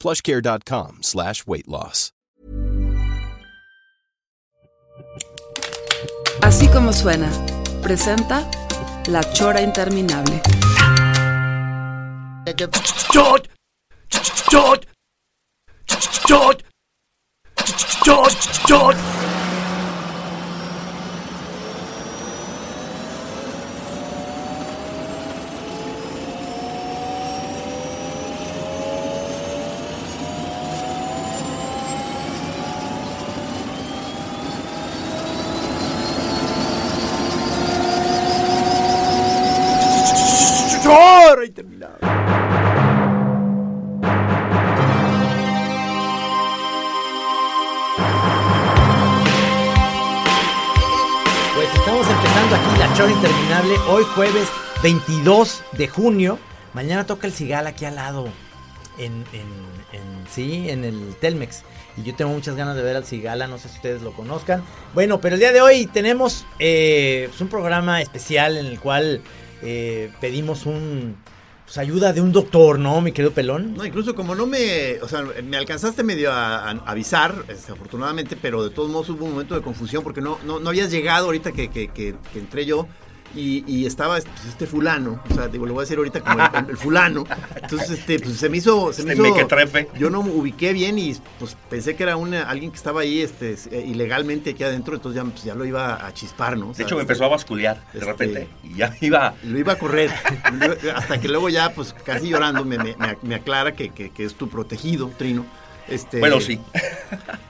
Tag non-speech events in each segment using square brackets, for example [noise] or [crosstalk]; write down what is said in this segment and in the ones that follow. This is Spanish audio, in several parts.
Plushcare.com slash weight loss. Así como suena, presenta La Chora Interminable. Chot. Chot. Chot. Chot. Chot. Chora interminable. Pues estamos empezando aquí la chora interminable. Hoy jueves 22 de junio. Mañana toca el cigal aquí al lado. En, en- en- sí, en el Telmex. Y yo tengo muchas ganas de ver al Cigala, no sé si ustedes lo conozcan. Bueno, pero el día de hoy tenemos eh, pues, un programa especial en el cual eh, pedimos un pues, ayuda de un doctor, ¿no, mi querido Pelón? No, incluso como no me. O sea, me alcanzaste medio a, a avisar, desafortunadamente, pero de todos modos hubo un momento de confusión porque no, no, no habías llegado ahorita que, que- que- que entré yo. Y, y estaba este, pues, este fulano, o sea, digo, lo voy a decir ahorita como el, el fulano. Entonces, este, pues se me hizo. Se me Este hizo- mequetrefe. Yo no me ubiqué bien y pues pensé que era una, alguien que estaba ahí este, eh, ilegalmente aquí adentro, entonces ya, pues, ya lo iba a chispar, ¿no? O De sea, hecho, me empezó a basculear de Este- repente. Y ya [laughs] iba. Lo iba a correr. Lo- Hasta que luego ya, pues casi llorando, me, me- me- me aclara que, que- que es tu protegido, Trino. Este, Bueno, sí.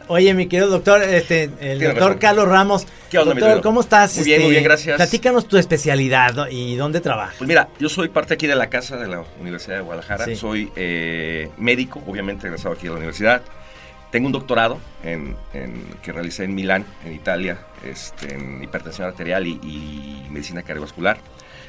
Oye, mi querido doctor, este, el Tiene doctor razón. Carlos Ramos. ¿Qué onda, mi doctor, querido? ¿cómo estás? Este, Muy bien, muy bien, gracias. Platícanos tu especialidad ¿no? y dónde trabajas. Pues mira, yo soy parte aquí de la casa de la Universidad de Guadalajara. Sí. Soy eh, médico, obviamente egresado aquí de la universidad. Tengo un doctorado en, en- que realicé en Milán, en Italia, este, en hipertensión arterial y, y medicina cardiovascular.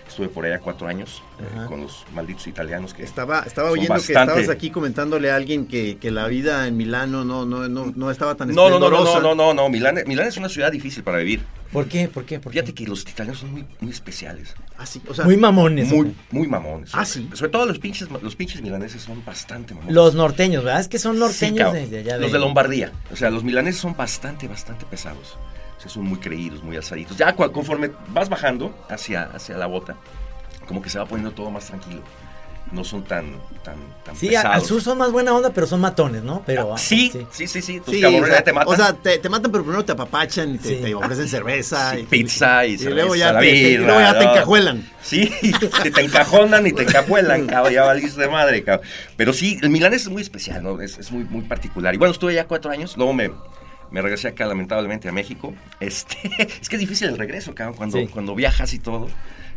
Estuve por allá cuatro años eh, Ajá. con los malditos italianos que... Estaba, estaba Son oyendo que bastante. estabas aquí comentándole a alguien que, que la vida en Milano no, no, no, no estaba tan No, no, no, no, esplendorosa. no, no, no, no. Milán, Milán es una ciudad difícil para vivir. ¿Por qué? ¿Por qué? ¿Por qué? Fíjate que los italianos son muy, muy especiales. Ah, sí, o sea, Muy mamones. Muy, muy mamones. Ah, sí. Sobre todo los pinches, los pinches milaneses son bastante mamones. Los norteños, ¿verdad? Es que son Sí, norteños cabrón. de, de allá. Los de Lombardía. O sea, los milaneses son bastante, bastante pesados. O sea, son muy creídos, muy alzaditos. Ya cua- conforme vas bajando hacia, hacia la bota, como que se va poniendo todo más tranquilo. No son tan, tan, tan Sí, a- pesados. al sur son más buena onda, pero son matones, ¿no? Pero, ah, Sí, sí, sí, sí. Tus sí, o cabrones sea, ya te matan. o sea, te, te matan, pero primero te apapachan, te, Sí. te ofrecen cerveza. Sí, pizza y cerveza, luego ya, la te, te- y birra, luego ya te ¿no? encajuelan. Sí, [laughs] te, te encajonan y te encajuelan, cabrón, ya valiste de madre, cabrón. Pero sí, el Milán es muy especial, ¿no? Es, es muy, muy particular. Y bueno, estuve allá cuatro años, luego me, me regresé acá lamentablemente a México. Este, [laughs] es que es difícil el regreso, cabrón, cuando, Sí. cuando viajas y todo.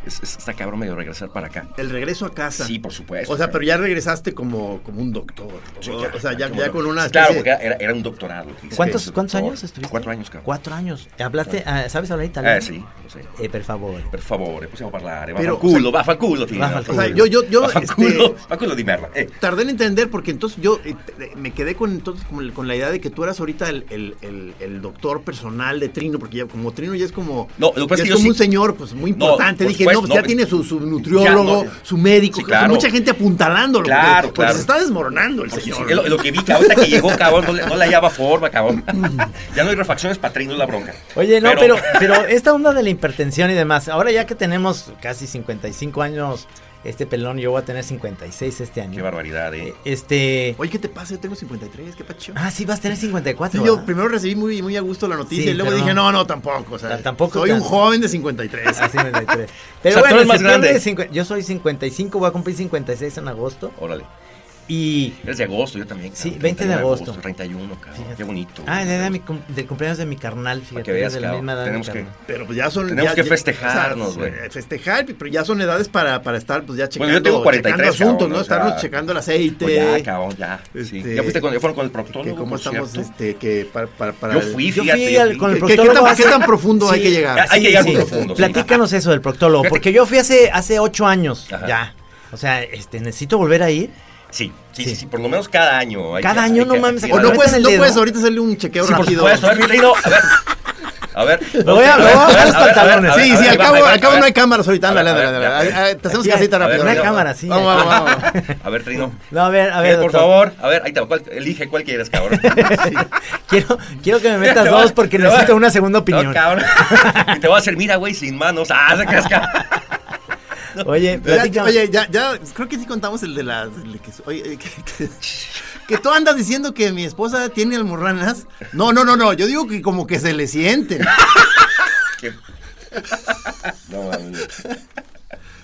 Es, es- está cabrón medio regresar para acá. El regreso a casa. Sí, por supuesto. o sea, cabrón. pero ya regresaste como, como un doctor. Sí, o, claro, o sea, ya, ya qué bueno. con una... Claro, especie- porque era, era un doctorado. lo que hice, ¿Cuántos, ese ¿Cuántos doctor. años estuviste? Cuatro años, cabrón. Cuatro años. ¿Hablaste, ah, ¿Sabes hablar italiano? Ah, sí, lo sé. Eh, por favor. Per favore, possiamo parlare. Va Pero, fal culo, o sea, va fal culo. Tina, va fal culo. culo. O sea, yo- yo- yo, va fal este- culo, va culo di merda. Eh, Tardé en entender porque entonces yo eh, eh, me quedé con, entonces, con, con la idea de que tú eras ahorita el, el- el- el doctor personal de Trino, porque ya, como Trino ya es como, No, lo que ya pasa es que es yo como sí- un señor pues muy No, importante. por Dije, supuesto, no, pues no, ya me- tiene su, su Ya, nutriólogo, no, su médico, sí, claro. mucha gente apuntalándolo. Claro, porque, porque claro. se está desmoronando el porque señor. es lo, lo que vi, cabrón, ahorita que llegó, cabrón, no le, no le hallaba forma, cabrón. ya no hay refacciones para Trino la bronca. Mm. Oye, no, pero, pero esta onda de la hipertensión y demás, ahora ya que tenemos casi 55 años, este pelón, yo voy a tener 56 este año. Qué barbaridad, eh. Eh, Este. Oye, ¿qué te pasa? Yo tengo 53, qué pacho. Ah, sí, vas a tener 54. Sí, yo ¿verdad? primero recibí muy, muy a gusto la noticia Sí, y luego pero dije, no. no, no, tampoco. O sea, Ta- tampoco soy un tan- joven de 53. Ah, [laughs] 53. Pero O sea, bueno, tú eres en más septiembre grande. cincu- yo soy 55, voy a cumplir 56 en agosto. Órale. Y. Eres de agosto, yo también. Sí, cabrón, 20 de 31 agosto. 31, cabrón. Fíjate. Qué bonito. Ah, era de mi cum- del cumpleaños de mi carnal, fíjate. que veas, es de la cabrón, misma edad. de mi tenemos que- carnal. Pero pues ya son. Tenemos ya- que ya- festejarnos, o sea, güey. eh, Festejar, pero ya son edades para, para estar, pues ya checando. Bueno, yo tengo 43, checando asuntos, cabrón, ¿no? o Estarnos sea, checando el aceite. Pues ya, cabrón, ya. sí. Este, Ya fuiste con, ya fueron con el que proctólogo. cómo por estamos, cierto. este, que para. para, para Yo fui, Yo fíjate. fui yo al- fui. con el ¿Qué- qué proctólogo. tan- hace- Ah, qué tan profundo hay que llegar? Hay que llegar profundo, sí. Platícanos eso del proctólogo, Fíjate. porque yo fui hace, hace ocho años Ajá. ya. O sea, este, necesito volver a ir. Sí, sí, Sí. sí, sí, por lo menos cada año. hay Cada que- año, hay no que- mames, hay que- O no Metes puedes, el no dedo. puedes ahorita hacerle un chequeo Sí, por rápido. supuesto. A ver, Lino, a ver. A ver. [laughs] Lo voy a- lo voy a bajar los pantalones. a ver, Sí, a sí, ver, al va, cabo, va, al va, cabo a no ver. hay cámaras ahorita. Ándale, A ver, ándale, a ver, ándale. a ver. Ah, ah, Te hacemos Aquí hay- casita a ver, rápido. una rápido. cámara, sí, Vamos, hay vamos, vamos. [laughs] A ver, Trino. No, a ver, a A ver. ver, Eh, por doctor. favor. A ver, ahí está. ¿cuál- elige cuál [laughs] quieres, cabrón. Quiero, quiero que me Te [laughs] metas voy- dos porque te voy- necesito una segunda opinión. [laughs] No, cabrón. Y te voy a hacer, mira, güey, sin manos. Ah, se casca. Oye, Ya, platícame. oye, ya, ya, creo que sí contamos el de la. el que, oye, eh, que, que- que tú andas diciendo que mi esposa tiene almorranas. No, no, no, no. Yo digo que como que se le sienten. [laughs] Qué- No mames.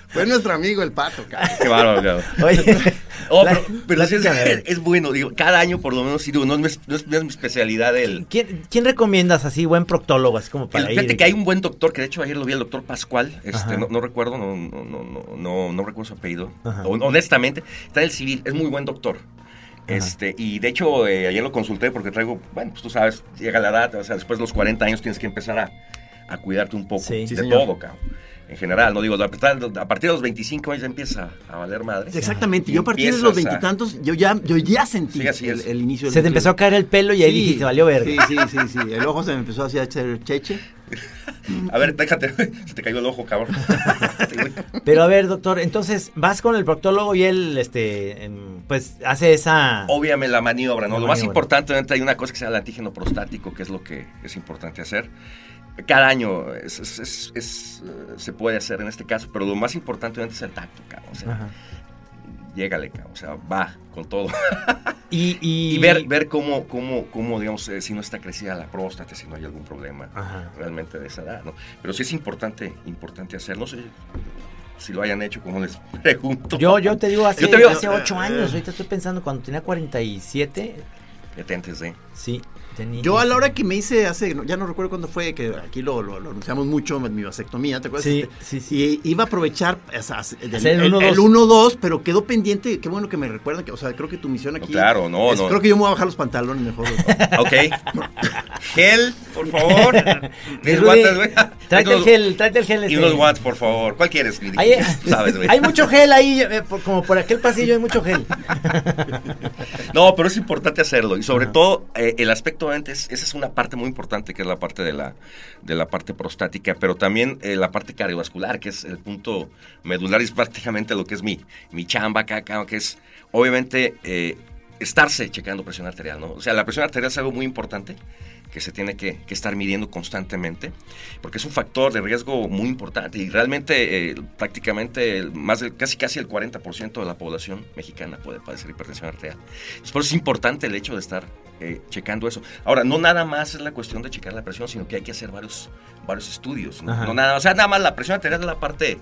Fue nuestro amigo el pato, cabrón. Qué bárbaro, cabrón. Oye, [laughs] Oh, pla- pero, pero sí es, platícame, a ver. es bueno, digo, cada año por lo menos sí, digo, no, es, no es- no es mi especialidad el... ¿Quién, quién recomiendas así, buen proctólogo, así como el- para ir? fíjate que hay un buen doctor, que de hecho ayer lo vi al doctor Pascual, Ajá. este, no, no recuerdo, no, no, no, no, no, no recuerdo su apellido, Ajá. Hon- honestamente, está en el civil, es muy buen doctor. Este, y de hecho, eh, ayer lo consulté porque traigo, bueno, pues tú sabes, llega la edad, o sea, después de los 40 años tienes que empezar a, a cuidarte un poco Sí. de Sí, señor. todo, cabrón. En general, no digo, a partir de los 25 años ya empieza a valer madre. Exactamente. Y Yo a partir de los empiezas a- veintitantos, yo ya, yo ya sentí Sí, así el, es. el inicio del Se te empezó a caer el pelo y ahí dijiste, valió verga. Sí, sí, sí, sí. El ojo se me empezó así a hacer cheche. A ver, déjate, [laughs] se te cayó el ojo, [laughs] cabrón. Sí, güey. Pero a ver, doctor, entonces vas con el proctólogo y él, este, em, pues hace esa. Obviamente la maniobra, ¿no? La lo más maniobra. importante, obviamente, hay una cosa que se llama el antígeno prostático, que es lo que es importante hacer. Cada año es- es- es- es, eh, se puede hacer en este caso, pero lo más importante obviamente, es el tacto, cabrón. O sea, Ajá. llégale, cabrón. O sea, va con todo. Y, [laughs] y... Y, ver, ver cómo, cómo, cómo, digamos, eh, si no está crecida la próstata, si no hay algún problema Ajá. realmente de esa edad, ¿no? Pero sí es importante, importante hacer. No sé si lo hayan hecho, como les [laughs] pregunto. Yo, yo te digo, hace, Yo te eh, veo- hace ocho años, ahorita estoy pensando, cuando tenía 47, Detentes ¿eh? de... sí, tenía. Yo a la hora que me hice hace, no- ya no recuerdo cuándo fue, que aquí lo, lo- lo anunciamos mucho, mi vasectomía, ¿te acuerdas? Sí, Este, sí, sí. Y iba a aprovechar o sea, el, Hacer el el- 1-2. el 1-2, pero quedó pendiente, qué bueno que me recuerdan, que, o sea, creo que tu misión No, aquí... claro, no, no. Creo que yo me voy a bajar los pantalones mejor. Ok. Gel, por [laughs] favor. Mi Mis Rudy, guantes, güey. [laughs] Tráete el Unos- gel, tráete el gel. Y este. unos guantes, por favor. ¿Cuál quieres, Lili? Hay, [laughs] Sabes, güey. hay mucho gel ahí, eh, por- como por aquel pasillo hay mucho gel. No, pero es importante hacerlo. Y sobre todo, eh, el aspecto antes, esa es una parte muy importante, que es la parte de la, de la parte prostática, pero también eh, la parte cardiovascular, que es el punto medular, es prácticamente lo que es mi, mi chamba acá, acá, que es obviamente eh, estarse checando presión arterial, ¿no? O sea, la presión arterial es algo muy importante que se tiene que, que estar midiendo constantemente, porque es un factor de riesgo muy importante y realmente eh, prácticamente el- más del- casi casi el 40% de la población mexicana puede padecer hipertensión arterial. Entonces, por eso es importante el hecho de estar eh, checando eso. Ahora, no nada más es la cuestión de checar la presión, sino que hay que hacer varios, varios estudios. ¿no? Ajá. No nada, o sea, nada más la presión arterial es la parte,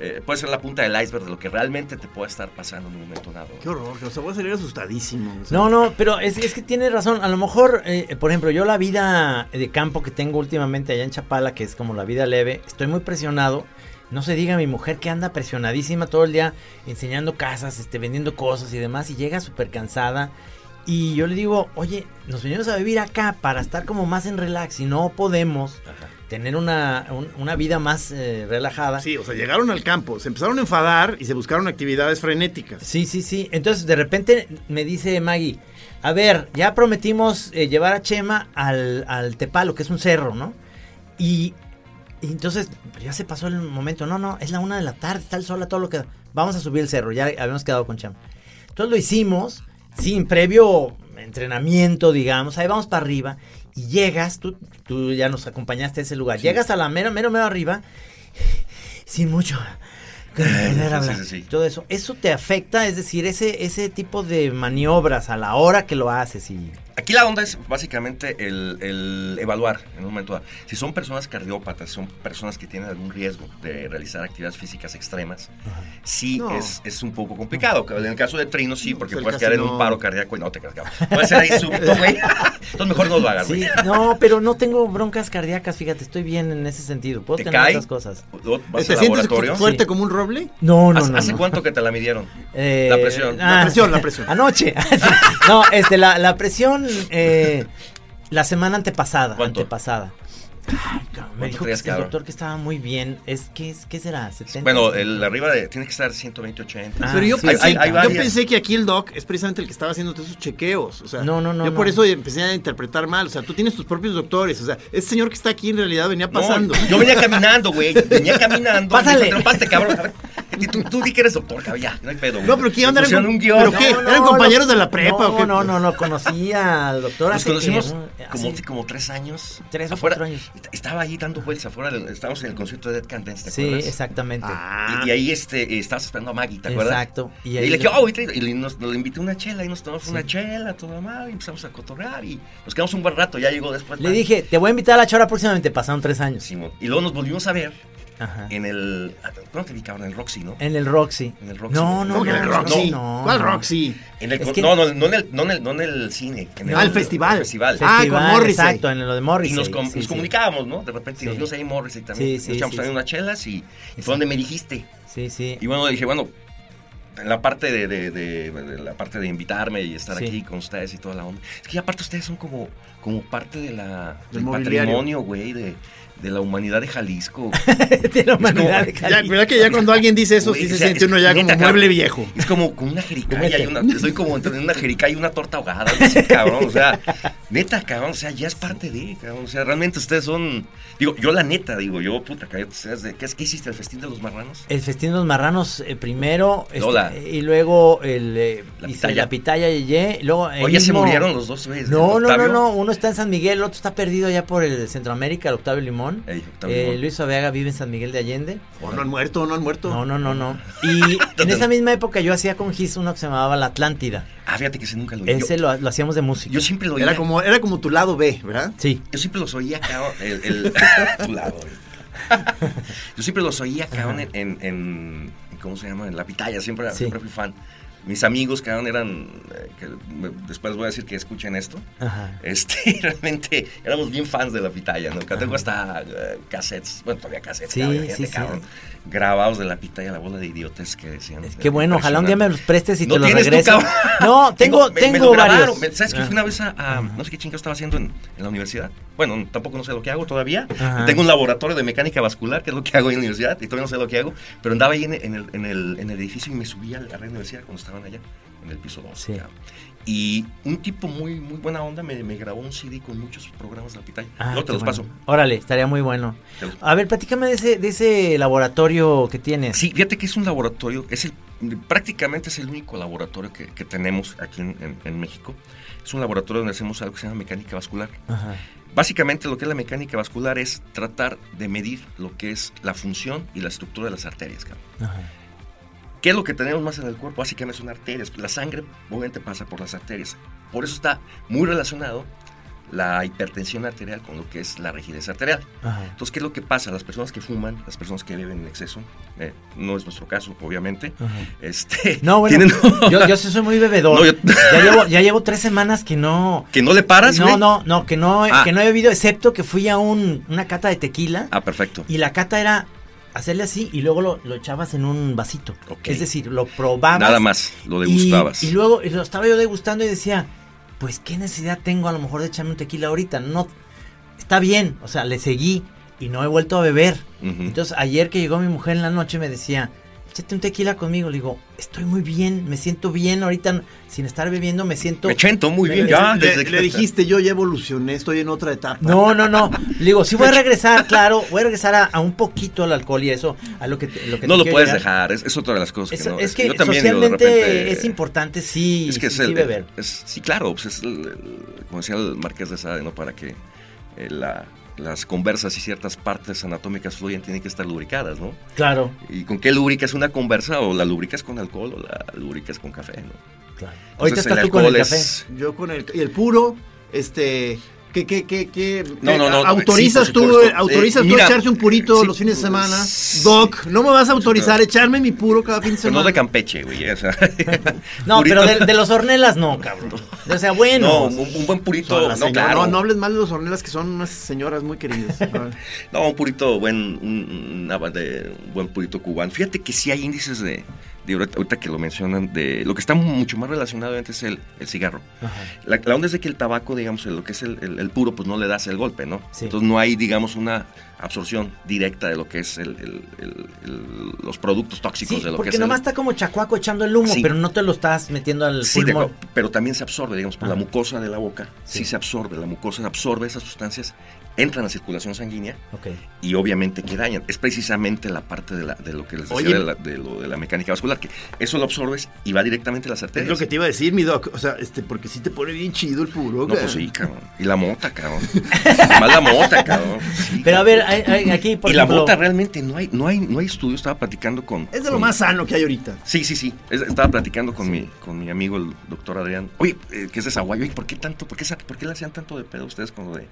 eh, puede ser la punta del iceberg de lo que realmente te puede estar pasando en un momento dado. ¿no? [laughs] qué horror, o sea, voy a salir asustadísimo. o sea. No, no, pero es, es que tiene razón. A lo mejor, eh, por ejemplo, yo la vida de campo que tengo últimamente allá en Chapala, que es como la vida leve, estoy muy presionado. No se diga mi mujer que anda presionadísima todo el día enseñando casas, este, vendiendo cosas y demás, y llega súper cansada. Y yo le digo, oye, nos venimos a vivir acá para estar como más en relax y no podemos Ajá. tener una, un- una vida más eh, relajada. Sí, o sea, llegaron al campo, se empezaron a enfadar y se buscaron actividades frenéticas. Sí, sí, sí. Entonces, de repente me dice Maggie, a ver, ya prometimos eh, llevar a Chema al, al Tepalo, que es un cerro, ¿no? Y, y entonces, pero ya se pasó el momento. No, no, es la una de la tarde, está el sol a todo lo que... Vamos a subir el cerro, ya habíamos quedado con Chema. Entonces lo hicimos sin previo entrenamiento, digamos. Ahí vamos para arriba y llegas, tú, tú ya nos acompañaste a ese lugar. Llegas a la mero, mero, mero arriba sin mucho... sí, hablar. sí, sí. Todo eso, eso te afecta, es decir, ese, ese tipo de maniobras a la hora que lo haces y Aquí la onda es básicamente el, el evaluar en un momento dado. Si son personas cardiópatas, son personas que tienen algún riesgo de realizar actividades físicas extremas, sí No. es, es un poco complicado. En el caso de Trino, sí, No, porque pues, el puedes quedar en casino- un paro cardíaco y no te quedas cabrón. Puede ser ahí [laughs] súbito, güey. Entonces mejor no lo hagas, güey. Sí, no, pero no tengo broncas cardíacas, fíjate, estoy bien en ese sentido. Puedo ¿Te tener cae? otras cosas. Luego ¿Vas ¿Te al sientes laboratorio? fuerte Sí. como un roble? No, no, ¿Hace, no. hace no. cuánto que te la midieron? Eh, La presión. La presión, la presión. Anoche. [laughs] Ah, Sí. No, este, la, la presión eh, la semana antepasada. ¿Cuánto? Antepasada. Ay, cabrón, Me ¿Cuánto dijo que traías, el cabrón? doctor que estaba muy bien. Es que, ¿Qué será? ¿70? Bueno, el arriba de, tiene que estar 120, 80. Ah, Pero yo, sí, pensé, hay- hay yo varias. pensé que aquí el doc es precisamente el que estaba haciendo todos esos chequeos. O sea, No, no, no, Yo por no. eso empecé a interpretar mal. O sea, tú tienes tus propios doctores. O sea, ese señor que está aquí en realidad venía No, pasando. yo venía caminando, güey. Venía caminando. Pásale. Me trompaste, cabrón. A ver, y tú, tú di que eres doctor, cabrón. Ya, no hay pedo. güey. No, pero ¿qué onda? Me pusieron Eran un com- guión. ¿pero qué? ¿Eran compañeros de la prepa no, o qué? No, no, no, conocí al doctor Nos hace que, conocimos ¿no? como, Hace- como tres años. Tres o afuera. cuatro años. Est- Estaba ahí dando vueltas afuera. del- Estábamos en el concierto de Dead Can Dance, ¿te Sí, acuerdas? exactamente. Ah, Y, y ahí este, estabas esperando a Maggie, ¿te acuerdas? Exacto. Y, ahí le dije, lo- oh, ahorita", y le- nos, nos invité una chela y nos tomamos Sí. una chela, toda madre, y empezamos a cotorrear y nos quedamos un buen rato, ya llegó después. Le Maggie. dije, te voy a invitar a la chora próximamente. Pasaron tres años. Simón. Y luego nos volvimos a ver Ajá. en el. ¿Cuándo te vi, cabrón? En el Roxy, ¿no? En el Roxy. En el Roxy. No, no, ¿Cómo que no, era no, Roxy? no, ¿Cuál no. Roxy? En el Es con- que- no, no, no en el, no, en el, no en el cine. En Ah, el festival. festival. Ah, con Morrissey. Exacto, en lo de Morrissey. y nos, com- sí, nos sí. comunicábamos, ¿no? De repente Sí. nos vimos ahí en Morrissey también. Sí, nos sí, echamos sí, también sí. unas chelas y, y Exacto. fue donde me dijiste. Sí, sí. [laughs] Y bueno, dije, bueno, en la parte de, de- de- de la parte de invitarme y estar Sí. aquí con ustedes y toda la onda. Es que aparte ustedes son como, como parte de la, Del del mobiliario. patrimonio, güey, de, de la humanidad de [laughs] Jalisco. de la humanidad de Ya, Cali. ¿Verdad que ya cuando alguien dice eso, Güey, sí se o sea, siente uno ya como neta, cabrón. mueble viejo? Es como con una jericaya Como este. y una. Estoy como entre una jericaya y una torta ahogada. algo así, cabrón. O sea, neta, cabrón. O sea, ya es parte de, cabrón. O sea, realmente ustedes son. Digo, yo la neta, digo, yo, puta, cabrón. ustedes de- ¿Qué, es- qué hiciste? ¿El festín de los marranos? El festín de los marranos eh, primero. este, Lola. y luego el, eh, La hice pitaya. la pitaya Yeye, y luego el Oye, se mismo- murieron los dos, güeyes. No, no, no, Octavio. no. Uno está en San Miguel, el otro está perdido allá por el Centroamérica, el Octavio Limón. Ey, Octavio Eh, Limón. Luis Aveaga vive en San Miguel de Allende. ¿O no han muerto o no han muerto? No, no, no, [laughs] no. Y en esa misma época yo hacía con Gis uno que se llamaba La Atlántida. Ah, fíjate que ese nunca lo oí. Ese yo, lo, lo hacíamos de música. yo siempre lo oía. Era como, era como tu lado B, ¿verdad? Sí. Yo siempre los oía, cabrón. El, [laughs] el- [laughs] tu lado, güey. Yo siempre los oía, cabrón, en, en, en- ¿Cómo se llama? En la pitaya. Siempre, Sí. siempre fui fan. Mis amigos, cabrón, eran. eh, que me- después voy a decir que escuchen esto. [laughs] Ajá. Este, realmente éramos bien fans de la pitaya, ¿no? Que Tengo hasta eh, cassettes, bueno, todavía cassettes, Sí, cabrón, fíjate, sí, sí. cabrón, grabados de la pitaya, la bola de idiotes que decían. Qué bueno, ojalá un día me los prestes y No te los tienes tú, regreso. cabrón. [laughs] [laughs] no, tengo, me- me tengo lo varios. grabaron. Me- ¿Sabes que Ah. fui una vez a, a- no sé qué chingo estaba haciendo en, en la universidad? Bueno, n- tampoco no sé lo que hago todavía. Ajá. Tengo un laboratorio de mecánica vascular, que es lo que hago en la universidad, y todavía no sé lo que hago, pero andaba ahí en, en el, en, el, en el edificio y me subí a la, a la universidad cuando estaban allá, en el piso 2. Sí. Y un tipo muy, muy buena onda me, me grabó un CD con muchos programas de la pitaya. Ah, Luego te qué los bueno. paso. Órale, estaría muy bueno. Te los- A ver, platícame de ese, de ese laboratorio que tienes. Sí, fíjate que es un laboratorio, es el, prácticamente es el único laboratorio que, que tenemos aquí en, en- en México. Es un laboratorio donde hacemos algo que se llama mecánica vascular. Ajá. Básicamente lo que es la mecánica vascular es tratar de medir lo que es la función y la estructura de las arterias. cabrón. Ajá. ¿Qué es lo que tenemos más en el cuerpo? Básicamente son arterias. La sangre obviamente pasa por las arterias. Por eso está muy relacionado la hipertensión arterial con lo que es la rigidez arterial. Ajá. Entonces, ¿qué es lo que pasa? Las personas que fuman, las personas que beben en exceso, eh, no es nuestro caso, obviamente, Ajá. este, No, bueno, [laughs] tienen- yo, yo sí soy muy bebedor. No, yo- [laughs] ya, llevo, ya llevo tres semanas que no. que no le paras, No, güey. no, no, que no, Ah. que no he bebido, excepto que fui a un, una cata de tequila. Ah, perfecto. Y la cata era hacerle así y luego lo, lo echabas en un vasito. Ok. Es decir, lo probabas. Nada más, lo y- degustabas. Y, luego y lo estaba yo degustando y decía, pues qué necesidad tengo a lo mejor de echarme un tequila ahorita. No, está bien. O sea, le seguí y no he vuelto a beber. Ujú. Entonces ayer que llegó mi mujer en la noche me decía, échate un tequila conmigo. Le digo, estoy muy bien, me siento bien ahorita no- sin estar bebiendo, me siento... Me chento muy bien, Le- ya. le, desde que- le dijiste, yo ya evolucioné, estoy en otra etapa. No, no, no. Le digo, sí voy a regresar, claro, voy a regresar a, a un poquito al alcohol y eso, a lo que... te- lo que No te lo quiero puedes llegar. dejar, es, es otra de las cosas Es, que no. es que yo también digo, de socialmente repente, es importante sí, Es que sí, es el. sí beber. es- sí, claro, pues es el- el- como decía el Marqués de Sade, ¿no? Para que eh, la- las conversas y ciertas partes anatómicas fluyan, tienen que estar lubricadas, ¿no? Claro, ¿Y con qué lubricas una conversa? ¿O la lubricas con alcohol o la lubricas con café? ¿no? Claro. Ahorita Entonces, estás el tú con el alcohol café. es- Yo con el, y el puro, este... ¿Qué, qué, qué, qué? eh, No, no, no, ¿Autorizas sí, por tú, supuesto. ¿autorizas Eh, tú mira, echarse un purito sí, los fines de semana? sí. Doc, ¿no me vas a autorizar a echarme mi puro cada fin Pues de Pero semana? no de Campeche, güey. o [laughs] sea. No, Purito- pero de, de los hornelas no, [laughs] cabrón. O sea, No, bueno. un, un buen purito. Son No, las señoras- claro. no, no hables mal de los hornelas que son unas señoras muy [laughs] queridas. A ver. No, un purito buen, un, una banda- un buen purito cubano. Fíjate que sí hay índices de, de ahorita, ahorita que lo mencionan, de lo que está mucho más relacionado antes es el, el cigarro. Ajá. La, la onda es de que el tabaco, digamos, lo que es el, el- el puro, pues no le das el golpe, ¿no? Sí. Entonces no hay, digamos, una absorción directa de lo que es el- el- el- el- los productos tóxicos Sí, de lo que porque es el- nomás está como chacuaco echando el humo, Sí. pero no te lo estás metiendo al Sí, de pulmón. acuerdo, pero también se absorbe, digamos, por Ajá. Ah. la mucosa de la boca, sí. Sí. se absorbe, la mucosa absorbe esas sustancias, entran a circulación sanguínea Ok. y obviamente que dañan. Es precisamente la parte de, la- de lo que les decía Oye. de la, de lo de la mecánica vascular, que eso lo absorbes y va directamente a las Es arterias. lo que te iba a decir, mi doc. O sea, este, porque sí te pone bien chido el puro. No, güey. pues sí, cabrón. Y la mota, cabrón. [laughs] Más la mota, cabrón. Sí, Pero a cabrón. ver, hay- hay- aquí, por y la ejemplo. mota realmente no hay, no hay, no hay estudio. Estaba platicando con. Es de lo con- más sano que hay ahorita. Sí, sí, sí. Es- Estaba platicando con, mi, con mi amigo, el doctor Adrián. Oye, eh, que es de Zaguayo. Oye, ¿por qué tanto? ¿Por qué, sa- por qué le hacían tanto de pedo a ustedes con lo de.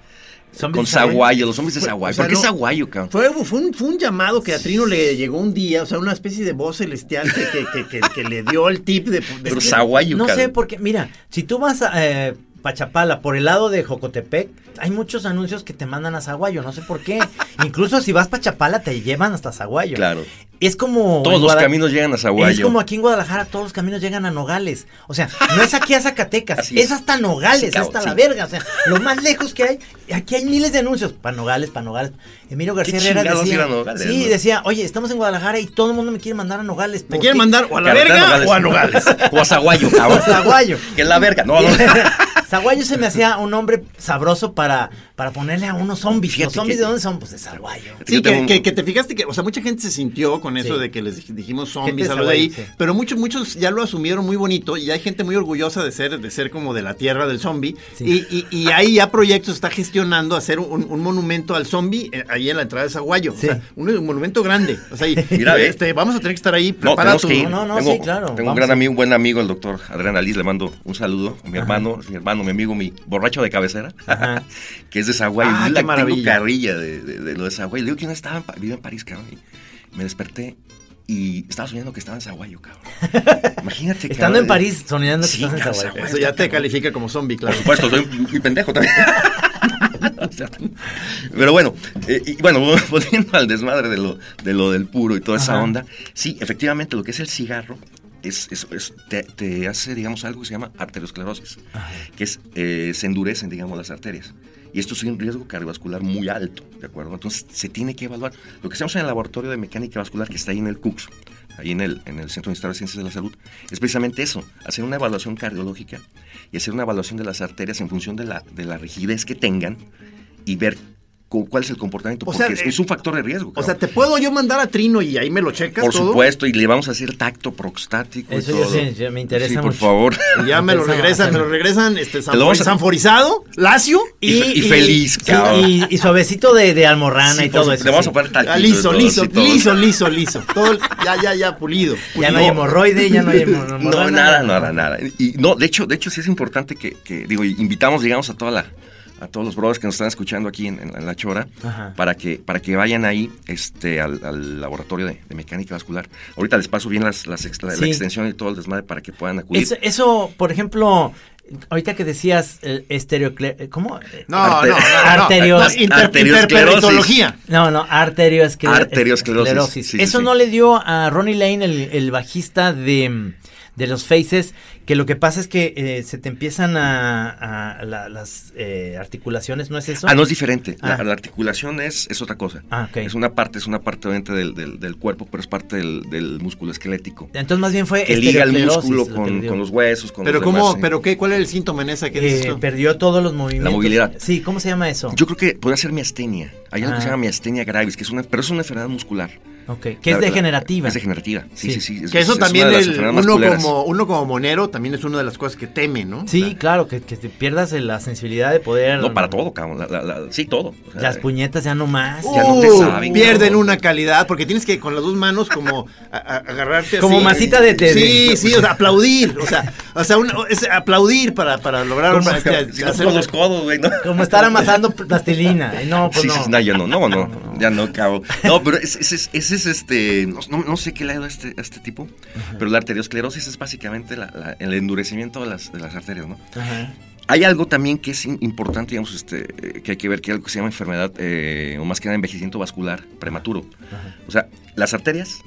Zombies Con de Zaguayo. Zaguayo, los hombres de Fue- Zaguayo. o sea, ¿Por qué no- Zaguayo, cabrón? Fue, fue, un, fue un llamado que a Trino le llegó un día, o sea, una especie de voz celestial que, que, que, que- que le dio el tip de... de- Pero Zaguayo, No sé, cabrón. porque, mira, si tú vas a eh, Pachapala por el lado de Jocotepec, hay muchos anuncios que te mandan a Zaguayo, no sé por [laughs] qué. Incluso si vas para Chapala te llevan hasta Zaguayo. Claro. Es como. Todos en los Guada- caminos llegan a Zaguayo. Es como aquí en Guadalajara, todos los caminos llegan a Nogales. O sea, no es aquí a Zacatecas, Así es. es. hasta Nogales, Sí, cabrón, hasta sí. la verga. O sea, lo más lejos que hay, aquí hay miles de anuncios. Para Nogales, para Nogales. Emilio García Herrera chingados ir decía. a Nogales, sí, no? decía, oye, estamos en Guadalajara y todo el mundo me quiere mandar a Nogales. ¿Me ¿por qué?" [laughs] quieren mandar o a la Carretera verga o a Nogales? o [laughs] a Zaguayo, cabrón. A Zaguayo. Que es la verga. No, no. [laughs] Zaguayo se me hacía un hombre sabroso para, para ponerle a unos zombies. Fíjate ¿Los zombies que- de dónde son? Pues de Zaguayo. Sí, [laughs] Yo tengo que, un- que- que te fijaste que, o sea, mucha gente se sintió con eso Sí. de que les dij- dijimos Gente zombies, de algo de ahí, Zaguayo, sí. pero muchos, muchos ya lo asumieron muy bonito y hay gente muy orgullosa de ser, de ser como de la tierra del zombie Sí. y, y, y ahí ya proyectos está gestionando hacer un, un monumento al zombie eh, ahí en la entrada de Zaguayo, Sí. o sea, un, un monumento grande, o sea, y- [laughs] Mira, ve. este, vamos a tener que estar ahí, No, prepara tenemos tu- que ir. No, no, tengo, sí, claro, Tengo vamos un gran a- amigo, un buen amigo, el doctor Adrián Aliz, le mando un saludo. Mi hermano, mi hermano, mi amigo, mi borracho de cabecera, [laughs] Ajá. que es de Zaguayo. Ah, Yo qué la- tengo maravilla. carrilla de, de- de lo de Zaguayo. Le digo que no estaba, en Pa- vivía en París, cabrón. y me desperté y estaba soñando que estaba en Zaguayo, cabrón. Imagínate, cabrón. Estando en París, soñando que Sí, estás en claro, Zaguayo. Eso ya te califica como zombie, Por claro. supuesto, soy muy pendejo también. O sea, Pero bueno, eh, y bueno, [laughs] volviendo al desmadre de lo, de lo del puro y toda Ajá. esa onda, sí, efectivamente lo que es el cigarro es, es- es- te, te hace, digamos, algo que se llama arteriosclerosis, Ajá. que es, eh, se endurecen, digamos, las arterias. Y esto es un riesgo cardiovascular muy alto, ¿de acuerdo? Entonces se tiene que evaluar. Lo que hacemos en el laboratorio de mecánica vascular que está ahí en el CUCS, ahí en el, en el Centro de Instituto de Ciencias de la Salud, es precisamente eso, hacer una evaluación cardiológica y hacer una evaluación de las arterias en función de la, de la rigidez que tengan y ver cu- cuál es el comportamiento, O sea, porque es, eh, es un factor de riesgo. O cabrón. sea, te puedo yo mandar a Trino y ahí me lo checas por todo? supuesto, y le vamos a hacer tacto prostático. y Eso ya todo. sí, ya me interesa Sí, por mucho. favor. Y ya me lo Empezaba, regresan, me lo sí. regresan, este, Te lo vamos a- sanforizado, lacio [laughs] Y fe- y feliz, sí, cabrón. y, y suavecito de, de almorrana Sí, y por todo su- eso. Le vamos sí. a poner Ah, tacto. liso, liso, todo. liso, liso, liso. Todo el- ya, ya, ya, pulido. Ya pulido. no hay hemorroide, ya no hay hemorroide. [laughs] No, nada, nada, nada. Y no, de hecho, de hecho sí es importante que, que, digo, y invitamos, digamos, a toda la a todos los brothers que nos están escuchando aquí en, en la- en la chora Ajá. para que para que vayan ahí este al, al laboratorio de, de mecánica vascular. Ahorita les paso bien las, las ex- la, la Sí. extensión y todo el desmadre para que puedan acudir. Eso, eso, por ejemplo, ahorita que decías eh, estereocle- ¿Cómo? No, no, no, no. Arterios- No, inter- Arteriosclerosis. interperitología. No, no, arterioscler- Arteriosclerosis, esclerosis. sí, sí, Eso sí. no le dio a Ronnie Lane, el, el bajista de, de los Faces, que lo que pasa es que eh, se te empiezan a, a la- las eh, articulaciones, ¿no es eso? Ah, no es diferente. La- Ah. La, articulación es, es otra cosa. Ah, ok. Es una parte, es una parte obviamente del, del, del cuerpo, pero es parte del, del músculo esquelético. Entonces más bien fue Que liga el esclerosis músculo Eh, lo que le con, dio. con los huesos, con Pero los cómo, demás, eh. sí. pero qué, ¿cuál es el síntoma en esa que dices Eh, tú? perdió todos los movimientos. movilidad. Sí, ¿cómo se llama eso? Yo creo que podría ser miastenia. Hay algo Ah. que se llama miastenia gravis, que es una, pero es una enfermedad muscular. Ok, que es La- la- degenerativa. Es degenerativa, sí, Sí. sí, sí. es- Que eso es una también, de las el- enfermedades más uno, culeras. como, uno como monero también es una de las cosas que teme, ¿no? O Sí, sea, claro, que, que te pierdas la sensibilidad de poder. No, para todo, cabrón. la- la- la- sí, todo. O sea, eh, Las [laughs] puñetas ya no más. Ya no te uh, saben, pierden cabrón. una calidad porque tienes que con las dos manos como a- a- agarrarte Como así. masita de- de- sí de- sí o sea, aplaudir o sea o sea un- es aplaudir para, para lograr Como- para, este, si no hacer- con los codos, güey, ¿no? [laughs] Como estar amasando [laughs] plastilina. Eh, No, pues Sí, no. sí, no, ya no, no, no, ya no, cabrón. No, pero ese es, ese es este, no, no- no sé qué le ha dado a este, a este tipo, pero la arteriosclerosis es básicamente la- la- el endurecimiento de las, de las arterias, ¿no? Ajá. Hay algo también que es in- importante, digamos, este, eh, que hay que ver, que hay algo que se llama enfermedad, eh, o más que nada envejecimiento vascular prematuro. Ajá. O sea, las arterias,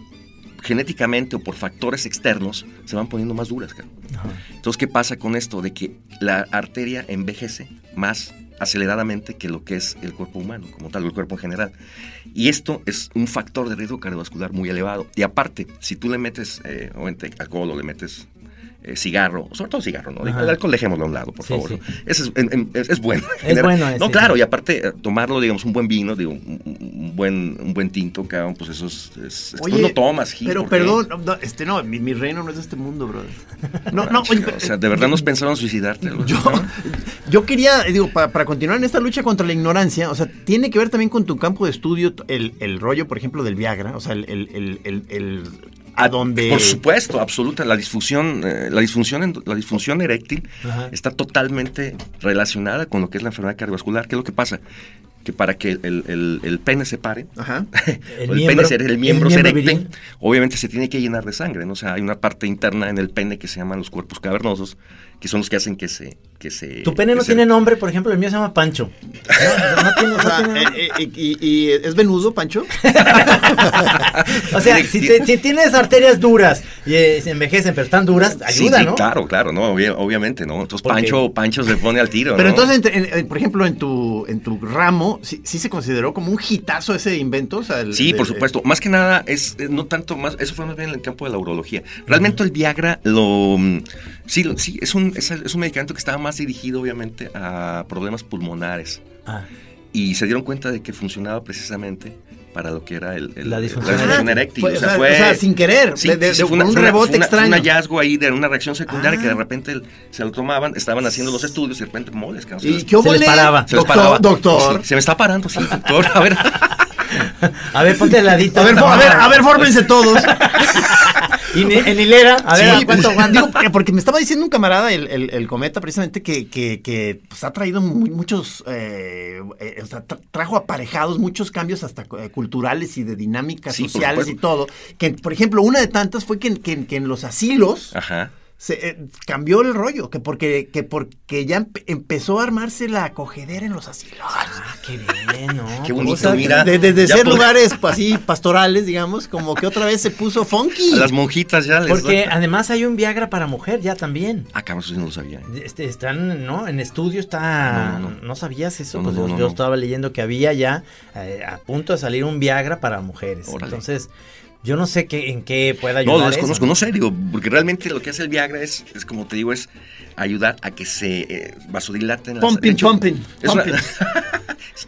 genéticamente o por factores externos, se van poniendo más duras, cabrón. Ajá. Entonces, ¿qué pasa con esto? De que la arteria envejece más aceleradamente que lo que es el cuerpo humano, como tal, o el cuerpo en general. Y esto es un factor de riesgo cardiovascular muy elevado. Y aparte, si tú le metes eh, obviamente, alcohol o le metes eh, cigarro, sobre todo cigarro, ¿no? Ajá. El alcohol dejémoslo a un lado, por Sí, favor. sí. Ese es, en- en- es- es bueno. en general. bueno ese, No, claro, sí. y aparte, eh, tomarlo, digamos, un buen vino, digo, un, un- un buen, un buen tinto, cabrón, pues eso es... es- es- tú no tomas, Gil, pero ¿por qué? perdón, no, no, este no, mi, mi reino no es de este mundo, brother. No, [laughs] no, oye, o sea, de verdad nos [laughs] pensaron suicidarte. güey, yo, ¿no? yo quería, eh, digo, pa- para continuar en esta lucha contra la ignorancia, o sea, tiene que ver también con tu campo de estudio, t- el, el rollo, por ejemplo, del Viagra, o sea, el, el, el, el- el- a donde... Ah, Eh, Por supuesto, absoluta. La disfunción, eh, la disfunción, en- la disfunción eréctil Ajá. está totalmente relacionada con lo que es la enfermedad cardiovascular. ¿Qué es lo que pasa? Que para que el, el- el pene se pare, Ajá. El o el, miembro- pene se- el el miembro se miembro erecte, viril. obviamente se tiene que llenar de sangre. ¿no? O sea, hay una parte interna en el pene que se llaman los cuerpos cavernosos, que son los que hacen que se. Que se Tu pene que no se- tiene nombre, por ejemplo, el mío se llama [laughs] Pancho. No, no tiene, O no sea, tiene nombre. eh, eh, y, y- y es venudo, Pancho. O sea, si, te- si tienes arterias duras y eh, se envejecen, pero están duras, Sí, ayuda, sí, ¿no? claro, claro, no, obvia- obviamente, ¿no? Entonces Porque- Pancho, Pancho se pone al tiro, Pero ¿no? entonces, entre- en- en- por ejemplo, en tu, en tu ramo, ¿sí, sí se consideró como un hitazo ese invento? O sea, el- Sí, de- eh, por supuesto. Más que nada, es eh, no tanto más, eso fue más bien en el campo de la urología. Realmente el Viagra lo mm, sí, lo- sí, es un, es, es un medicamento que estaba más dirigido, obviamente, a problemas pulmonares. Ah, Y se dieron cuenta de que funcionaba precisamente para lo que era el, el- La el- disfunción eréctil. Fue- o, sea, o sea, sin querer, sí, de- de- sí, de- fue una- con un fue una- rebote fue una- fue extraño. Un hallazgo ahí de una reacción secundaria Ah. que de repente se lo tomaban, estaban haciendo los estudios y de repente moles, cabrón, se ¿Y les- qué hubo Se les le? paraba. se les Doctor, paraba. doctor. Sí, se me está parando, sí, doctor. A ver. [laughs] A ver, ponte al ladito. A ver, fo- a ver, a ver, fórmense todos. [laughs] Y ni- en hilera, a ver, Sí, ¿a cuánto pues, aguanta? digo, eh, porque me estaba diciendo un camarada, el, el- el cometa, precisamente, que, que- que, pues, ha traído mu- muchos, eh, eh, o sea, tra- trajo aparejados muchos cambios hasta eh, culturales y de dinámicas Sí, por sociales y supuesto. todo. Que, por ejemplo, una de tantas fue que, en- que en- que en los asilos Ajá. se, eh, cambió el rollo, que porque, que porque ya empe- empezó a armarse la acogedera en los asilos. Ah, qué bien, ¿no? Qué O bonito, sea, mira. de- de- de ya ser pod- lugares pa- así pastorales, digamos, como que otra vez se puso funky. A las monjitas ya les. Porque además hay un Viagra para mujer ya también. Ah, cabrón, eso sí no lo sabía. ¿eh? Este, están, ¿no? En estudio está... No, No, no, no. sabías eso? No, no, pues yo, no, no, yo no. estaba leyendo que había ya eh, a punto de salir un Viagra para mujeres. Órale. Entonces, yo no sé qué, en qué pueda ayudar No, lo eso. desconozco, no sé, digo, porque realmente lo que hace el Viagra es, es como te digo, es ayudar a que se eh, vasodilaten. las- Pumping, de hecho, pumping, Es una, pumping. [laughs]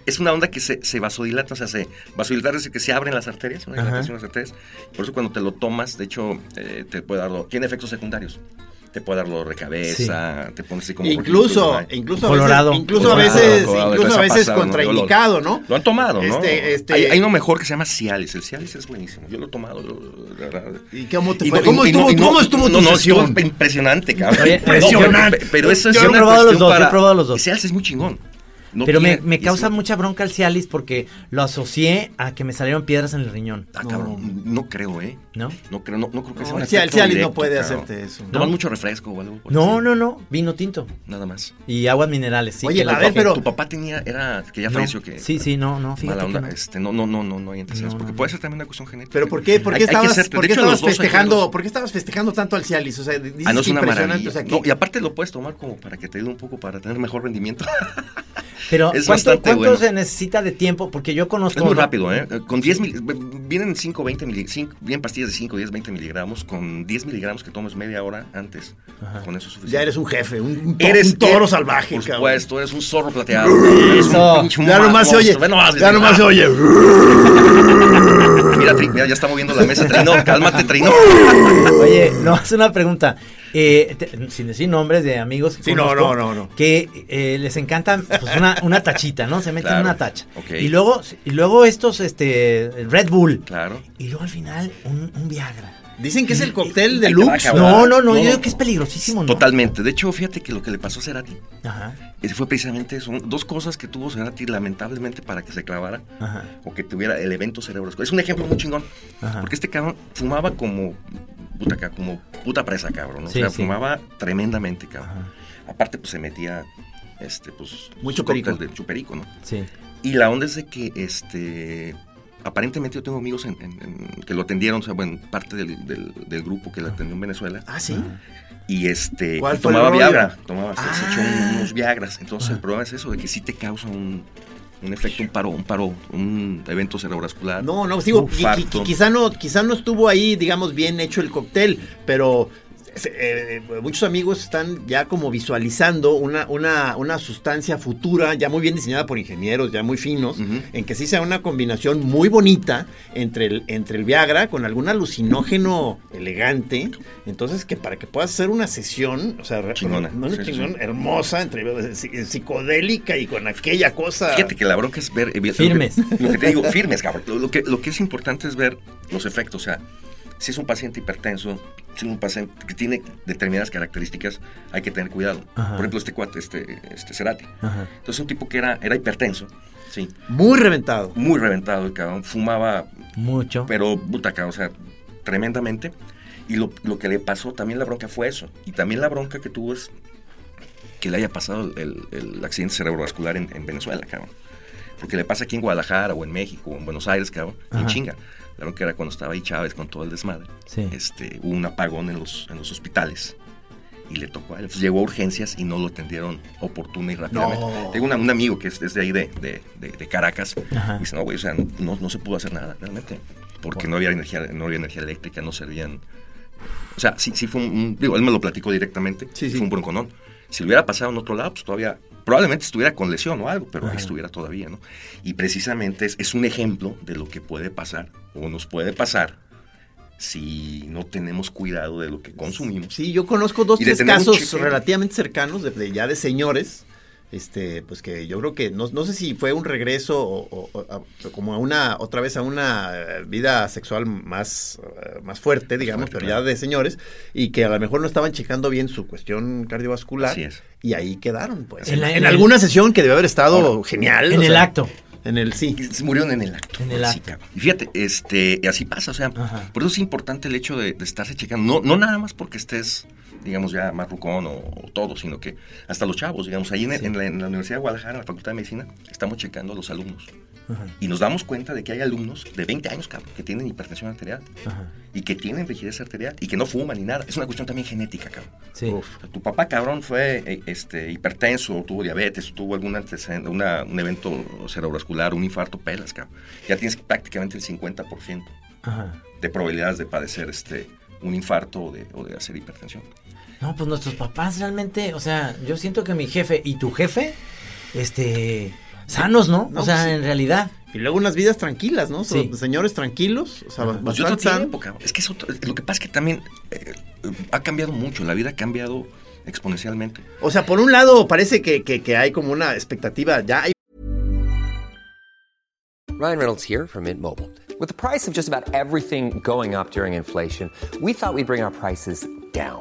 es una onda que se, se vasodilata, o sea, se vasodilatar es decir, que se abren las arterias, una Ajá. dilatación de las arterias. Por eso cuando te lo tomas, de hecho, eh, te puede dar, dolor- tiene efectos secundarios. Te puede dar dolor de cabeza, te pones así como... incluso, rojito, ¿no? incluso Colorado. a veces, incluso Colorado, a veces, colorado, incluso esa a veces pasada, ¿no? contraindicado, ¿no? Lo han tomado, ¿no? Este, este- Hay, hay uno mejor que se llama Cialis. El Cialis es buenísimo. Yo lo he tomado. lo- de verdad. ¿Y cómo te Y fue? no- ¿Cómo y no- estuvo, y no- cómo estuvo no, tu no, estuvo sesión? impresionante, cabrón. Oye, impresionante. No, pero- pero eso Yo es he una probado los cuestión dos, yo he para- probado los dos. El Cialis es muy chingón. No Pero me, tiene- me y es- causa mucha bronca el Cialis porque lo asocié a que me salieron piedras en el riñón, Ah, cabrón, no creo, ¿eh? ¿no? No creo, no, no creo que No, sea un el Cialis- efecto Cialis no directo, puede cabrón. hacerte eso. Tomas No. mucho refresco o algo. por No, decir. no, no, vino tinto Nada más. y aguas minerales, sí. Oye, que a las ver, bajé. pero- Tu papá tenía, era, que ya No, falleció, que... Sí, sí, no, no, fíjate Mala que onda, no. este, no, no, no, no, no hay antecedentes, No, porque no, puede ser también una cuestión genética. Pero ¿por qué, por qué Hay- hay que estabas, ser- de por qué hecho, los estabas dos hay que festejando, verlos. por qué estabas festejando tanto al Cialis? O sea, dices Ah, no que es una impresionante, maravilla. o sea, que- No, y aparte lo puedes tomar como para que te ayude un poco para tener mejor rendimiento. Pero Es ¿cuánto, bastante cuánto bueno. se necesita de tiempo? Porque yo conozco... es muy rápido, ¿eh? Con 10 mil, vienen 5, 20 mili- cinco- vienen pastillas de 5, 10, 20 miligramos. Con 10 miligramos que tomes media hora antes. Ajá. Con eso es suficiente. ya eres un jefe, un, un to- pues, Eres un toro eres- salvaje, Por cabrón. supuesto, eres un zorro plateado. eres un Eso. pinche Ya nomás se monstruo, oye, [laughs] ve nomás, ya nomás se oye. mira, Ah, Mira, Tri- mira, ya está moviendo la [laughs] mesa, Trino. Cálmate, Trino. Oye, no, hace una pregunta. Eh, te- sin decir nombres de amigos. que Sí, no, no, no, no. Que eh, les encanta pues, una, una tachita, ¿no? Se meten Claro, una tacha. ok. Y luego, y luego estos, este, Red Bull. Claro. Y luego al final, un, un Viagra. Dicen que es el cóctel Ahí te va, deluxe. cabrón. Ah, No, no, no, No, yo no. digo que es peligrosísimo, ¿no? Totalmente. De hecho, fíjate que lo que le pasó a Cerati Ajá, eh, fue precisamente eso. Dos cosas que tuvo Cerati lamentablemente para que se clavara ajá, o que tuviera el evento cerebrosco. Es un ejemplo muy chingón. ajá. Porque este cabrón fumaba como puta, ca- como puta presa, cabrón. ¿no? Sí, o sea, sí. fumaba tremendamente, cabrón. Ajá, Aparte, pues se metía, este, pues. Mucho su cóctel perico. de chuperico, ¿no? sí. Y la onda es de que, este, aparentemente yo tengo amigos en- en- en- que lo atendieron, o sea, bueno, parte del, del- del grupo que lo atendió en Venezuela. Ah, sí. Ajá. Y este, ¿Cuál y fue el tomaba rollo? Viagra, tomaba, se- se Ah. echó un- unos Viagras. Entonces Ajá. el problema es eso, de que sí te causa un, un efecto, un paro, un paro, un evento cerebrovascular. No, no, digo, qui- qui- Infarto. quizá, no, quizá no estuvo ahí, digamos, bien hecho el cóctel, pero eh, eh, muchos amigos están ya como visualizando una, una, una sustancia futura, ya muy bien diseñada por ingenieros, ya muy finos, Ujú. en que sí sea una combinación muy bonita entre el, entre el Viagra con algún alucinógeno elegante. Entonces, que para que puedas hacer una sesión, o sea, re- Chingona. una Sí, sí, chingón, sí. hermosa, entre, eh, psi- psicodélica y con aquella cosa. Fíjate que la bronca es ver. eh, lo que- Firmes. Lo que, te digo, firmes, cabrón. Lo, lo que, lo que es importante es ver los efectos. O sea, si es un paciente hipertenso, si es un paciente que tiene determinadas características, hay que tener cuidado. Ajá. Por ejemplo, este cuate, este, este Cerati. Ajá. Entonces, un tipo que era, era hipertenso, sí, Muy reventado. muy reventado el cabrón, fumaba, Mucho. pero butaca, o sea, tremendamente. Y lo, lo que le pasó también la bronca fue eso. Y también la bronca que tuvo es que le haya pasado el, el accidente cerebrovascular en, en Venezuela, cabrón. Porque le pasa aquí en Guadalajara o en México o en Buenos Aires, cabrón. y Ajá. chinga. La bronca era cuando estaba ahí Chávez con todo el desmadre. Sí. Este, hubo un apagón en los, en los hospitales. Y le tocó a él. Entonces llegó a urgencias y no lo atendieron oportuna y rápidamente. No. Tengo una- un amigo que es, es de ahí, de, de- de- de Caracas. Ajá. Y Dice, no, güey, o sea, no, no- no se pudo hacer nada realmente. Porque no había energía, no había energía eléctrica, no servían. O sea, sí, sí fue un, un- Digo, él me lo platicó directamente. Sí, sí. Fue un bronconón. Si lo hubiera pasado en otro lado, pues todavía. Probablemente estuviera con lesión o algo, pero ahí Ajá. estuviera todavía, ¿no? Y precisamente es, es un ejemplo de lo que puede pasar o nos puede pasar si no tenemos cuidado de lo que consumimos. Sí, yo conozco dos, Y de tres tener un casos chequeo. relativamente cercanos de, de ya de señores. Este, pues que yo creo que no, no sé si fue un regreso o, o- o a- o como a una, otra vez a una eh, vida sexual más, eh, más fuerte, digamos, fuerte, pero claro. ya de señores, y que a lo mejor no estaban checando bien su cuestión cardiovascular. Así es. Y ahí quedaron, pues. En En, la- en en el- alguna sesión que debe haber estado genial. En o el sea, acto. En el sí. Y se murieron en el acto. En el Así, acto. cabrón. Y fíjate, este, y así pasa, o sea, Ajá. por eso es importante el hecho de, de estarse checando, no, no nada más porque estés, digamos, ya más rucón o, o todo, sino que hasta los chavos, digamos, ahí en, el- Sí. en la, en la Universidad de Guadalajara, en la Facultad de Medicina, estamos checando a los alumnos. Ajá. Y nos damos cuenta de que hay alumnos de 20 años, cabrón, que tienen hipertensión arterial Ajá. y que tienen rigidez arterial y que no fuman ni nada. Es una cuestión también genética, cabrón. Sí. O sea, Tu papá, cabrón, fue eh, este, hipertenso, tuvo diabetes, tuvo algún antecedente, una- un evento cerebrovascular, un infarto, pelas, cabrón. Ya tienes prácticamente el 50% Ajá. de probabilidades de padecer este, un infarto o de, o de hacer hipertensión. No, pues nuestros papás realmente, o sea, yo siento que mi jefe y tu jefe, este, sanos, ¿no? No, o sea, pues sí. en realidad. Y luego unas vidas tranquilas, ¿no? Sí. Señores tranquilos. O sea, Ajá. Pues yo bastante otra san- época, es que es otro- lo que pasa es que también eh, eh, ha cambiado mucho, la vida ha cambiado exponencialmente. O sea, por un lado parece que, que- que hay como una expectativa ya Ryan Reynolds here from Mint Mobile. With the price of just about everything going up during inflation, we thought we'd bring our prices down.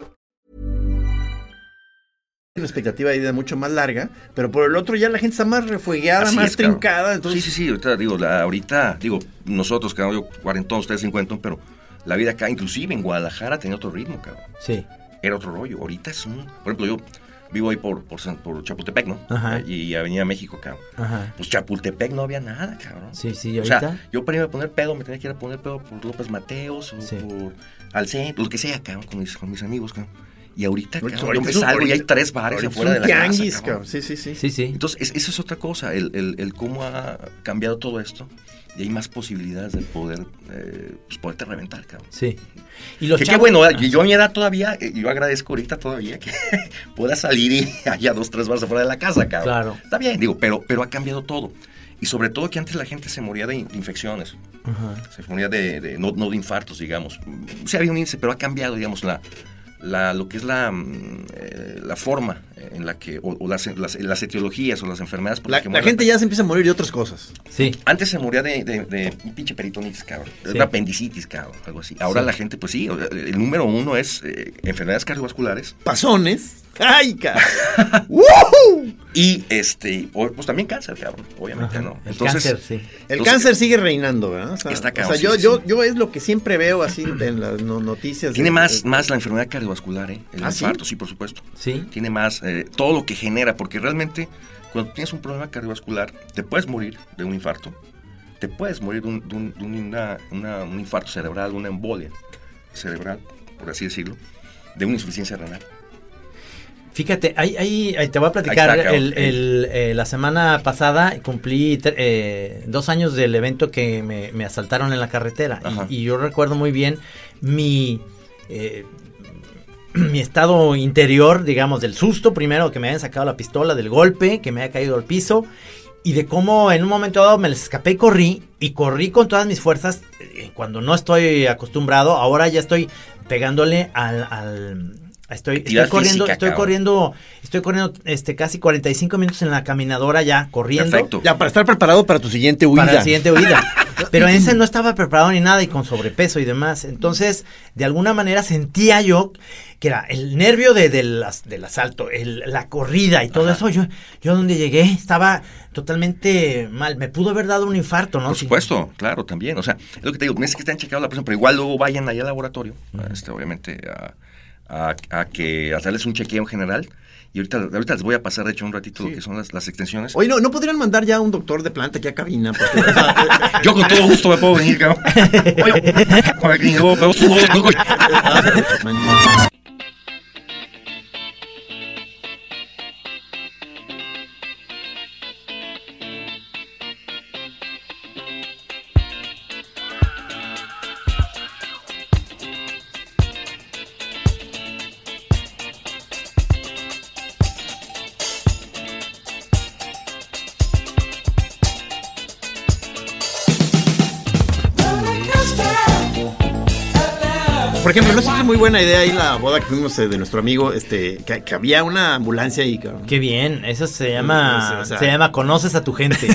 una expectativa de vida mucho más larga, pero por el otro ya la gente está más refuegueada, Así más es, cabrón. trincada. Entonces, Sí, sí, sí, ahorita digo, la- ahorita, digo, nosotros, cabrón, yo cuarentón, ustedes cincuentón, pero la vida acá, inclusive en Guadalajara, tenía otro ritmo, cabrón. Sí. era otro rollo. Ahorita es un. Por ejemplo, yo vivo ahí por, por, San- por Chapultepec, ¿no? Ajá. Y Avenida México, cabrón. Ajá. Pues Chapultepec no había nada, cabrón. Sí, sí, ¿y O sea, ahorita? yo para irme a poner pedo, me tenía que ir a poner pedo por López Mateos o Sí. por al centro, lo que sea, cabrón, con mis, con mis amigos, cabrón. Y ahorita, Ahorita- cabrón, yo ahorita me es un- salgo y hay ahorita- tres bares ahorita es afuera un de la casa, tianguis, cabrón. cabrón. Sí, sí, sí. Sí, sí. Entonces, es- eso es otra cosa, el, el- el cómo ha cambiado todo esto y hay más posibilidades de poder, eh, pues, poderte reventar, cabrón. Sí. Y los Que qué chavos- Ah. bueno, Ah, yo, yo a mi edad todavía, eh, yo agradezco ahorita todavía que [laughs] pueda salir y [laughs] haya dos, tres bares afuera de la casa, cabrón. Claro. Está bien, digo, pero, pero ha cambiado todo. Y sobre todo que antes la gente se moría de, in- de infecciones, se moría de, de- no, no de infartos, digamos. O sea, había un índice, pero ha cambiado, digamos, la, la, lo que es la, mm, eh, la forma en la que, o, o las, las, las etiologías o las enfermedades por La, las que la muere gente ya se empieza a morir de otras cosas. Sí. antes se moría de, de- de un pinche peritonitis, cabrón. Sí. Una apendicitis, cabrón. Algo así. Ahora Sí. la gente, pues sí, o- el número uno es eh, enfermedades cardiovasculares. Pasones. [laughs] ¡Ay, cabrón! Y este, o- pues también cáncer, cabrón. Obviamente, Ajá, ¿no? el cáncer, sí. El entonces, cáncer sigue reinando, ¿verdad? O sea, Está o sea, cabrón, yo, sí, sí. yo, yo es lo que siempre veo así en las no- noticias. Tiene de- más, de- más la enfermedad cardiovascular, ¿eh? El ¿Ah, sí? infarto, sí, por supuesto. Sí. Tiene más eh, todo lo que genera, porque realmente cuando tienes un problema cardiovascular, te puedes morir de un infarto, te puedes morir de un, de un- de una- una- un infarto cerebral, una embolia cerebral, por así decirlo, de una insuficiencia renal. Fíjate, ahí, ahí, ahí te voy a platicar. Ahí está, cabrón. el- el, eh, la semana pasada cumplí tre- eh, dos años del evento que me, me asaltaron en la carretera. Ajá. Y, y yo recuerdo muy bien mi, eh, [clears throat] mi estado interior, digamos, del susto primero, que me hayan sacado la pistola, del golpe, que me haya caído al piso. Y de cómo en un momento dado me les escapé y corrí, y corrí con todas mis fuerzas, eh, cuando no estoy acostumbrado, ahora ya estoy pegándole al... al- estoy, Actividad estoy corriendo, física, estoy cabrón. corriendo, estoy corriendo este casi 45 minutos en la caminadora ya corriendo Perfecto. Ya, para estar preparado para tu siguiente huida. para la siguiente [laughs] huida. Pero en ese no estaba preparado ni nada y con sobrepeso y demás. Entonces, de alguna manera sentía yo que era el nervio de, del, as- del asalto, el- la corrida y todo eso. Yo, yo donde llegué estaba totalmente mal. Me pudo haber dado un infarto, ¿no? Por Ah, Sí. supuesto, claro, también. O sea, es lo que te digo, no es que estén checados la presión, pero igual luego vayan allá al laboratorio, este, obviamente, a, a- a que a hacerles un chequeo en general. Y ahorita, ahorita les voy a pasar, de hecho, un ratito lo que son las, las extensiones. Oye, ¿no, ¿no podrían mandar ya un doctor de planta aquí a cabina? Porque, [laughs] o sea, Yo con todo gusto me puedo venir, cabrón. [laughs] Oye, para que yo- pero- por ejemplo, no sé si es muy buena idea ahí la boda que fuimos eh, de nuestro amigo, este, que, que había una ambulancia ahí, cabrón. Qué bien, eso se llama, O sea- se llama conoces a tu [laughs] gente.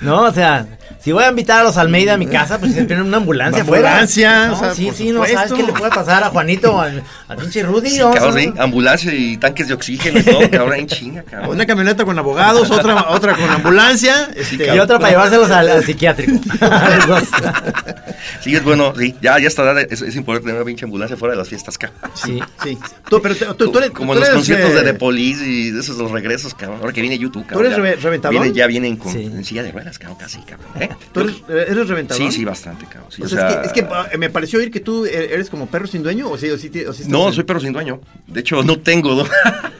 no, o sea, si voy a invitar a los Almeida a mi casa, pues se tiene una ambulancia afuera. Ambulancia, No, o sea, sí, por sí, no sabes supuesto. qué le puede pasar a Juanito, al, al pinche Rudy. ¿no? Cabrón, O sea, sí, ah, ambulancia y tanques de oxígeno y todo, cabrón, en chinga, cabrón. Una camioneta con abogados, otra, otra con ambulancia. Este, Y otra para llevárselos al, al [laughs] psiquiátrico. A los dos. Sí, es bueno, sí, ya, ya está, es, es importante tener una pinche ambulancia fuera de las fiestas, cabrón. Sí. Sí. Tú, pero te- tú, tú eres, como tú en los eres, conciertos eh, de The Police y de esos los regresos, cabrón. Ahora que viene YouTube, cabrón. eres ya reve- reventador? viene- ya vienen con, Sí. en silla de ruedas, cabrón, casi, cabrón. ¿eh? ¿Tú eres, eres reventador? Sí, sí, bastante, cabrón. sí, O o sea, sea, es que, es que, ah, me pareció oír que tú e- eres como perro sin dueño, o sí, o sí, ti- o sí estás No, en- soy perro sin dueño. De hecho, no tengo. [laughs] No,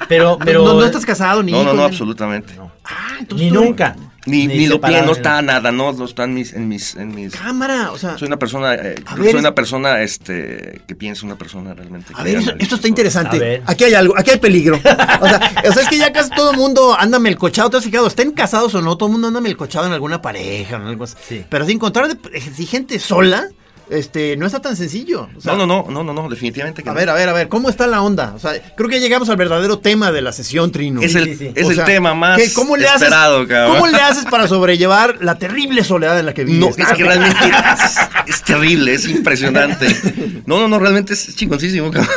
Pero, No, pero. no, no estás casado ni eh, no, no, hijo, no, ni- absolutamente. Ah, entonces Ni tú- nunca. Ni, ni lo pide, separado, ni no nada. está nada, no, no está en mis, en mis, en mis. Cámara, o sea. Soy una persona, eh, A soy ver, es- una persona, este, que piensa una persona realmente. A que ver, haya eso- analizado. esto está interesante. A ver. Aquí hay algo, aquí hay peligro. O sea, o sea, es que ya casi todo el mundo anda melcochado. ¿Te has fijado? Estén casados o no, todo el mundo anda melcochado en alguna pareja o en algo así. Sí. Pero si encontrar de- si gente sola, este, no está tan sencillo. O sea, No, no, no, no, no, no, definitivamente que A no. ver, a ver, a ver, ¿cómo está la onda? O sea, creo que llegamos al verdadero tema de la sesión, Trino. Es el- Sí, sí. es O el tema más ¿qué- cómo le esperado, haces, cabrón. ¿Cómo le haces para sobrellevar la terrible soledad en la que vives? [laughs] No, es que realmente es, es terrible, es impresionante. No, no, no, realmente es chingoncísimo, cabrón. [laughs]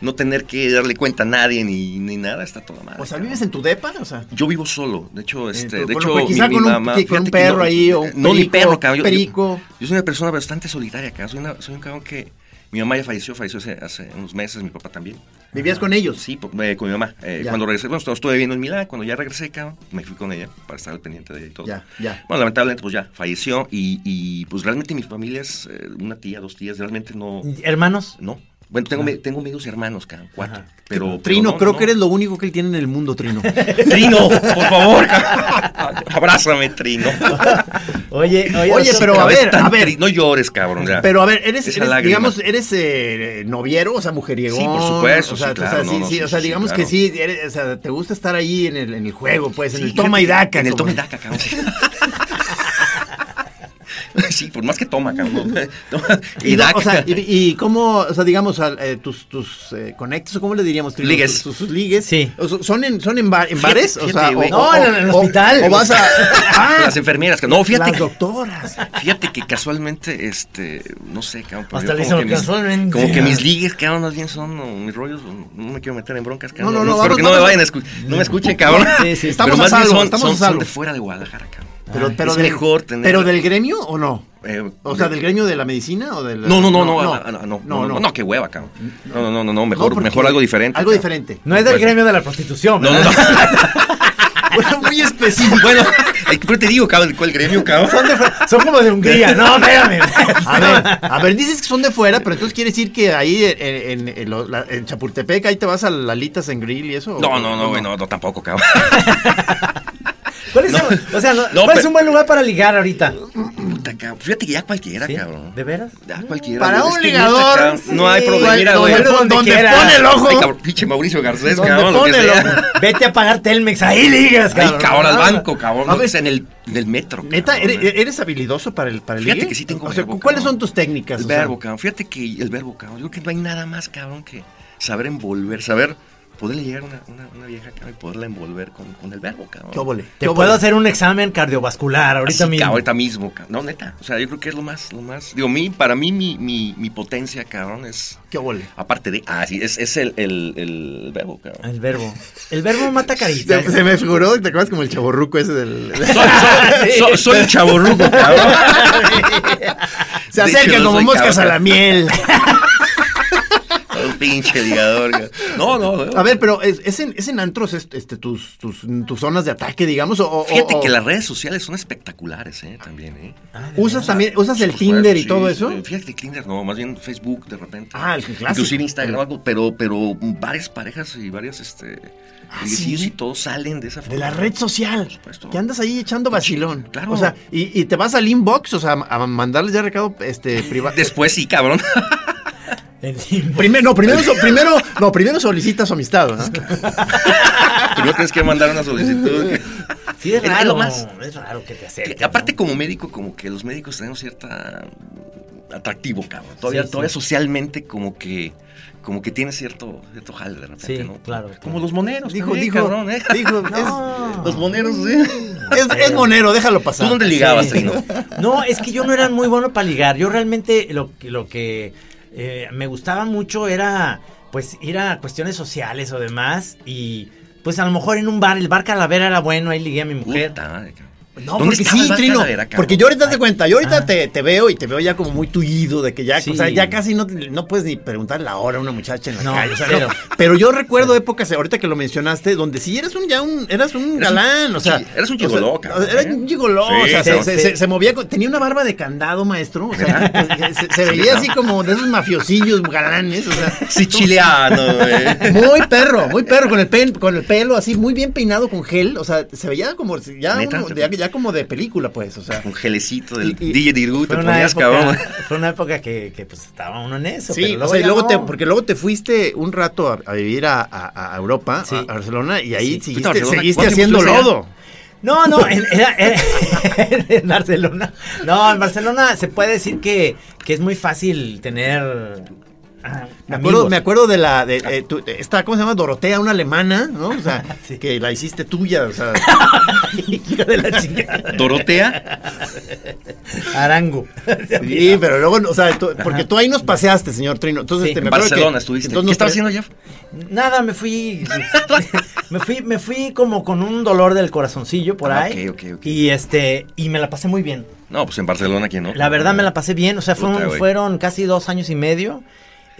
No tener que darle cuenta a nadie ni, ni nada, está toda madre. O sea, cabrón. ¿vives en tu depa? O sea... Yo vivo solo, de hecho, este, pero de con- hecho, pues, quizá con un- con un fíjate que perro ahí, o un no ni perico, perro, cabrón. Yo- perico. Yo, yo soy una persona bastante solitaria, cabrón. Soy, una- soy un cabrón que mi mamá ya falleció, falleció hace, hace unos meses, mi papá también. ¿Vivías con ellos? Sí, por- eh, con mi mamá. Eh, Ya. cuando regresé, bueno, estu- estuve viviendo en Milán, cuando ya regresé, cabrón, me fui con ella para estar al pendiente de ella y todo. Ya, ya. Bueno, lamentablemente, pues ya Mm. falleció y, y, pues realmente mi familia es eh, una tía, dos tías, realmente no, Hermanos. no. Bueno, tengo, me- tengo medios hermanos, cabrón, cuatro. Pero, pero Trino, no, creo no. que eres lo único que él tiene en el mundo, [laughs] Trino. Trino, por favor. cabrón. [laughs] Abrázame, Trino. Oye, oye, Oye, doctor, pero a Cada vez ver, tan a ver. tri- No llores, cabrón. ya. Pero a ver, eres, Esa eres, lágrima. digamos, eres eh, noviero, o sea, mujeriego. Sí, por supuesto, O sea, sí, o claro, sea, no, sí, no, sí, sí, o sea, sí, digamos claro. que sí, eres- o sea, te gusta estar ahí en el, en el juego, pues, en Sí, el toma y fíjate, daca. En el como- toma y daca, cabrón. [laughs] sí. Sí, por más que toma, [laughs] cabrón. no, Y, Y da- daca. o [laughs] sea, y, y cómo, o sea, digamos, al- eh, tus, tus eh, conectos, ¿cómo le diríamos? Trino? Ligues. Tus, tus- tus ligues. Sí. O sea, ¿Son en, son en, ba- en Fíjate, bares? o sea, fíjate, güey. o- No, o- en el- en el o- hospital. O vas [laughs] a... Ah, Las enfermeras, cabrón. No, fíjate. las doctoras. Fíjate que casualmente, este, no sé, cabrón. pero Hasta yo le como hizo que mis- casualmente. Como que mis ligues, cabrón, más bien son o mis rollos, o no me quiero meter en broncas, cabrón. No, no, no, espero vamos, que no me vamos. vayan a escu- no me escuchen, cabrón. Sí, sí, estamos Pero a más bien salvo, son- estamos son- a salvo. Son de fuera de Guadalajara, cabrón. Pero, pero es del, mejor tener- ¿Pero del gremio o no? Eh, o sea, de- ¿del gremio de la medicina o del...? No, no, no, no, ah, ah, no, no, no, no, qué hueva, cabrón. No, no, no, no, no, mejor, porque- mejor algo diferente. Algo cabrón. [laughs] diferente. No es del gremio de la prostitución, No, ¿verdad? no, [laughs] no. Bueno, [laughs] muy específico. bueno, eh, pero te digo, cabrón, ¿cuál gremio, cabrón? Son, de fr- son como de Hungría. No, espérame. A ver, a ver, dices que son de fuera, pero entonces quiere decir que ahí en, en- en lo- la- en Chapultepec, ahí te vas a Lalitas en Grill y eso. No, no, no, güey, no, no, tampoco, cabrón. ¿Cuál es, No. el- o sea, no- No, ¿cuál es pero- un buen lugar para ligar ahorita? [laughs] Puta, cabrón. Fíjate que ya cualquiera, ¿Sí? cabrón. ¿De veras? Ya cualquiera. Para güey, un es que ligador, neta, cabrón, no hay sí, problema. Mira, lo güey. bueno donde, donde donde quiera. pone el ojo. Ay, cabrón, pinche Mauricio Garcés, ¿Dónde cabrón, lo que pone el sea. ojo? Vete a pagar Telmex. Ahí ligas, Ay, cabrón. Ah. cabrón, al banco, cabrón. A No, ver. es en el, en el metro. Neta, cabrón, ¿eres, güey. eres habilidoso para el para el Fíjate ligue? que sí tengo O sea, verbo, ¿cuáles cabrón. son tus técnicas? El O sea, verbo, cabrón. Fíjate que el verbo, cabrón. Yo creo que no hay nada más, cabrón, que saber envolver, saber poderle llegar a una, una, una vieja, cabrón, y poderla envolver con, con el verbo, cabrón. ¿Qué óvole? Te ¿Qué óvole? puedo hacer un examen cardiovascular ahorita Ahorita mismo. mismo. ahorita mismo, cabrón. No, neta. O sea, yo creo que es lo más, lo más. Digo, mi, para mí, mi, mi, mi potencia, cabrón, es. ¿Qué óvole? Aparte de. Ah, sí, es, es el, el, el verbo, cabrón. El verbo. El verbo mata Se, caritas. se me figuró, ¿te acuerdas como el chaborruco ese del... [laughs] [laughs] Soy, soy, soy, soy un chaborruco, cabrón. Se De hecho, acerca no como soy moscas a cabrón. la miel. Un pinche ligador, cabrón. No, no, no. A ver, pero ¿es, es en, es en antros este, este, tus, tus, tus zonas de ataque, digamos? O, o- Fíjate o- que las redes sociales son espectaculares, ¿eh? También, ¿eh? ¿Usas también, usas el Por Tinder y suerte, todo Pues, sí. eso? Eh, Fíjate que Tinder no, más bien Facebook de repente. Ah, el clásico. Inclusive Instagram, algo, pero, pero varias parejas y varias, este... Ah, liguecillos ¿sí? y todos salen de esa forma. De la red social. Por supuesto. Que andas ahí echando vacilón. Claro. O sea, y, y te vas al inbox, o sea, a mandarles ya recado este privado. Después sí, cabrón. [laughs] El limbo. Primero, no, primero, so- primero, no, primero solicitas su amistad, ¿no? Primero tienes que mandar una solicitud. Sí, es Es- es raro. lo más. Es raro que te [laughs] Que, acerques. aparte, como médico, como que los médicos tenemos cierta mm, atractivo, cabrón. Todavía, Sí, sí. todavía socialmente como que como que tiene cierto, cierto jale de repente, Sí, ¿no? claro, Como claro. los moneros, Dijo, también, dijo, cabrón, ¿eh? dijo, No. Los moneros, ¿eh? Es, es monero, déjalo pasar. ¿Tú dónde ligabas, Sí. Trino? No, es que yo no era muy bueno para ligar. Yo realmente lo, que- lo que eh, me gustaba mucho era pues ir a cuestiones sociales o demás y pues a lo mejor en un bar, el bar Calavera era bueno, ahí ligué a mi mujer. Puta madre, cabrón. No, ¿Dónde porque estaba el sí, Bar Trino. Calavera, cabrón? Porque yo ahorita te cuenta, yo ahorita Ah. te, te veo y te veo ya como muy tullido de que ya, Sí. o sea, ya casi no, no puedes ni preguntar la hora a una muchacha en la No, calle. o sea, cero. no. Pero yo recuerdo épocas, ahorita que lo mencionaste, donde sí eras un ya un, eras un Eras un- galán, o sea. sí, eras un o sea, gigoló, cabrón, Eras ¿eh? un gigoló, o Sí, sea, se, cabrón. se- se- se movía, con- tenía una barba de candado, maestro, o sea, se, se- se veía así como de esos mafiosillos galanes, o sea. Sí, [laughs] chileano, güey. Muy perro, muy perro, con el, pen- con el pelo así, muy bien peinado con gel. O sea, se veía como si- ya, ¿Neta? uno- ya, ya como de película, pues. O sea, Un gelecito del Y- y- DJ Dirgu, te Fue una, ponías, época, cabrón. [laughs] fue una época que, que, pues estaba uno en eso. sí, pero luego o sea, y ya luego no. te, porque luego te fuiste un rato a, a vivir a, a- a Europa, Sí. a, a Barcelona, y ahí Sí. seguiste, Fuiste a Barcelona, seguiste ¿cuánto haciendo tiempo estuviste allá? lodo. No, no, en, era- era- en [laughs] Barcelona. No, en Barcelona se puede decir que, que es muy fácil tener. ah, Me acuerdo, amigos. me acuerdo de la, de, eh, tu- de esta, ¿cómo se llama? Dorotea, una alemana, ¿no? O sea, [laughs] Sí. que la hiciste tuya, [laughs] o sea. Hijo de la chingada. Dorotea, [laughs] Arango. sí, pero luego, o sea, tú- porque tú ahí nos paseaste, señor Trino. Entonces, Sí. este, me en acuerdo que- Barcelona estuviste. entonces ¿Qué nos estabas pre- haciendo allá? Nada, me fui. me fui, me fui como con un dolor del corazoncillo por Ah, ahí. ok, ok, ok. Y este, y me la pasé muy bien. No, pues en Barcelona, ¿quién no? La verdad me la pasé bien. O sea, Puta, fueron, güey. fueron casi dos años y medio.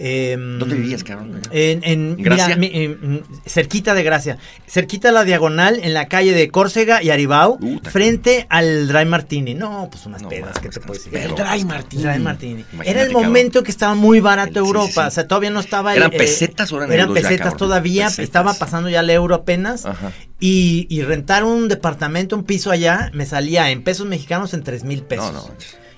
Em, ¿Dónde vivías, cabrón? En, en- mira, Gracia. mi- em, mm, cerquita de Gracia. Cerquita a la diagonal, en la calle de Córcega y Aribao, Puta, frente al Dry Martini. No, pues unas No pedas, mames, que te unas puedes decir? pedas. El El Dry Dry Martini. Imagínate, Era el cabrón. momento que estaba muy barato El- sí, Europa. sí, sí. O sea, todavía no estaba. el- eh, ¿Eran pesetas o eran euros ya, pesetas cabrón? todavía. Pesetas. Estaba pasando ya el euro apenas. Ajá. Y, y rentar un departamento, un piso allá, me salía en pesos mexicanos en 3 mil pesos. No, no.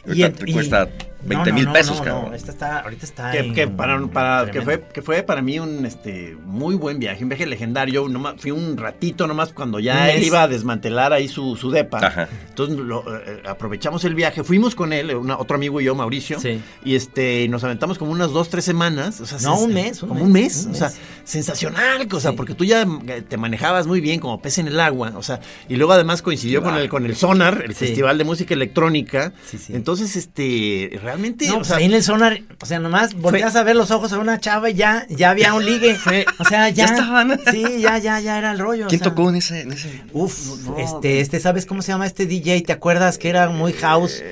Ahorita te cuesta 20 mil pesos, cabrón. esta está, ahorita está Que, en- que para, para- que, tremendo. fue, que fue para mí un este muy buen viaje, un viaje legendario. Nomás, fui un ratito nomás cuando Un ya él mes. iba a desmantelar ahí su, su depa. Ajá. Entonces lo, eh, aprovechamos el viaje, fuimos con él, una- otro amigo y yo, Mauricio. Sí. Y este, y nos aventamos como unas dos, tres semanas. o sea, No, sens- un mes, un mes, Como un mes. un O sea, mes. sensacional, o sea, Sí. porque tú ya eh, te manejabas muy bien como pez en el agua. O sea, y luego además coincidió con el, con el Sonar, el Sí. Festival de Música Electrónica. Sí, sí. Entonces, este, realmente. No, o pues sea, ahí en el sonar, o sea, nomás volteas a ver los ojos a una chava y ya, ya había un [laughs] ligue. O sea, ya. Ya estaban. Sí, ya, ya, ya era el rollo. o ¿Quién sea. tocó en ese? en ese? Uf, este, este, ¿sabes cómo se llama este DJ? ¿Te acuerdas que era Eh, muy house?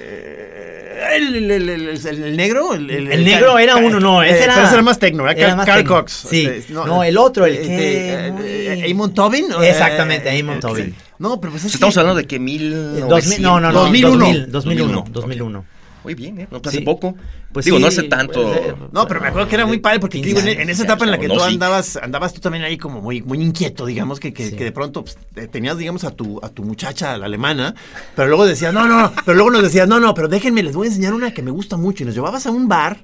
El, el- el- el- el- el negro, el, El negro era uno, no, ese Eh, era- pero ese era más tecno, era, era Car- más Carl tecno. Cox. este, Sí. No, el otro, el que- eh, eh, muy- Amon Tobin. o- Exactamente, eh, Amon eh, Tobin. sí. No, pero pues es Estamos que- hablando de que mil. Eh, Dos mil- no, no, no, 2001. 2000, 2001, 2001. Muy bien, ¿eh? No, pues Sí. hace poco. Pues Digo, sí, no hace tanto. pues, eh, No, pero me acuerdo que era muy padre porque te digo, en, en esa 15 etapa en la que años, tú ¿no? Sí. andabas, andabas tú también ahí como muy, muy inquieto, digamos, que, que, Sí. que de pronto pues, te- tenías, digamos, a tu, a tu muchacha, a la alemana, pero luego decías, no, no, no, pero luego nos decías, no, no, pero déjenme, les voy a enseñar una que me gusta mucho. Y nos llevabas a un bar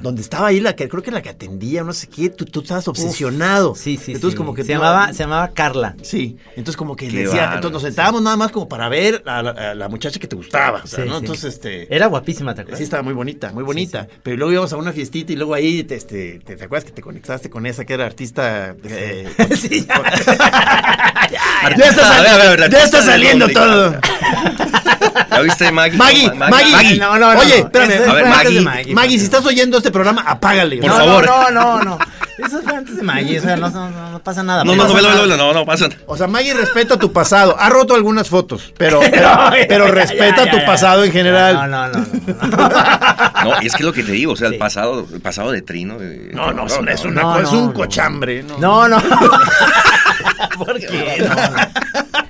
donde estaba ahí la que, creo que la que atendía, no sé qué, tú, tú estabas obsesionado. Sí, sí, Entonces sí. como que se tú- llamaba, se llamaba Carla. Sí, entonces como que Qué decía, bárbaro, entonces nos sentábamos nada más como para ver a la, a la muchacha que te gustaba, o sea, Sí, ¿no? sí. Entonces, este... Era guapísima, ¿te acuerdas? Sí, estaba muy bonita, muy bonita. Pero luego íbamos a una fiestita y luego ahí, te, este, te, ¿te acuerdas que te conectaste con esa que era artista? eh, con- [laughs] Sí, con- Artista, ya, está a ver, a ver, a saliendo, ver, ya está artista de saliendo todo. Londres. ¿Ya viste, Maggie? Maggie, No, Ma- Maggie, Maggie. no, no, no, Oye, no. espérame. Eso fue A ver, antes de Maggie, Maggie, Maggie, Maggie. si estás oyendo este programa, apágale. Por no, No, favor. No, no, no, no. Eso fue antes de Maggie, o sea, no, no, no, no pasa nada. No, no, no, pasa velo, nada. velo, no, no, pasa. O sea, Maggie respeta tu pasado. Ha roto algunas fotos, pero, pero, [laughs] pero Ya, respeta ya, tu ya. pasado en general. No, no, no. no, No, y es que es lo que te digo, o sea, Sí. el pasado, el pasado de Trino. eh, No, no, es una- es, una no, cosa, es no, un no. cochambre. no. No, no, no. [laughs] ¿Por qué? No, no.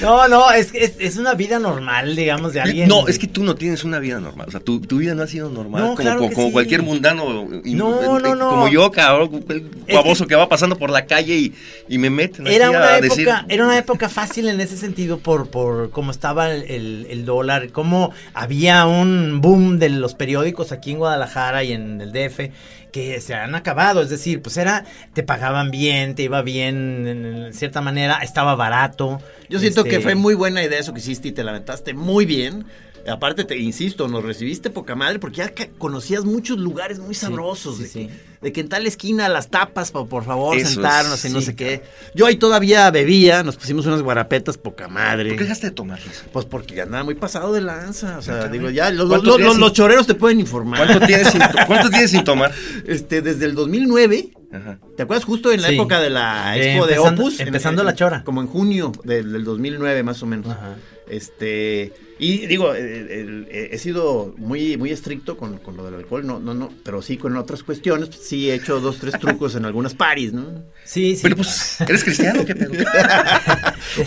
No, no, es, que es, es una vida normal, digamos, de alguien. Eh, No, es que tú no tienes una vida normal. O sea, tu, tu vida no ha sido normal. No, como claro como- que como sí. cualquier mundano. y- No, eh, no, no. Como yo, cabrón. El que- baboso que... va pasando por la calle y, y me meten. Era aquí a una, decir- época, era una época fácil en ese sentido por, por cómo estaba el, el- el dólar, cómo había un boom de los periódicos aquí en Guadalajara y en el DF que se han acabado, es decir, pues era, te pagaban bien, te iba bien en, en cierta manera, estaba barato. Yo siento este, que fue muy buena idea eso que hiciste y te lamentaste muy bien. Aparte, te insisto, nos recibiste poca madre porque ya ca- conocías muchos lugares muy sabrosos. sí, de, sí. Que, de que en tal esquina las tapas, pa- por favor, Eso es, sentarnos en no sí, sé qué. Yo ahí todavía bebía, nos pusimos unas guarapetas poca madre. ¿Por qué dejaste de tomar eso? Pues porque ya andaba muy pasado de lanza. O sea, Caray. digo, ya los, los, ¿Cuántos los- días los- sin- los choreros te pueden informar. ¿Cuánto tienes sin, cuánto tienes sin tomar? Este, desde el 2009. Ajá. ¿Te acuerdas justo en la Sí. época de la De expo de empezando- Opus? En- empezando en- la chora. Como en junio del, del 2009 más o menos. Ajá. Este, y digo, el- el- eh, he sido muy, muy estricto con, con lo del alcohol, no, no, no, pero sí con otras cuestiones, pues, sí he hecho dos, tres trucos en algunas paris, ¿no? Sí, sí. Pero pues, ¿eres cristiano? ¿Qué pedo?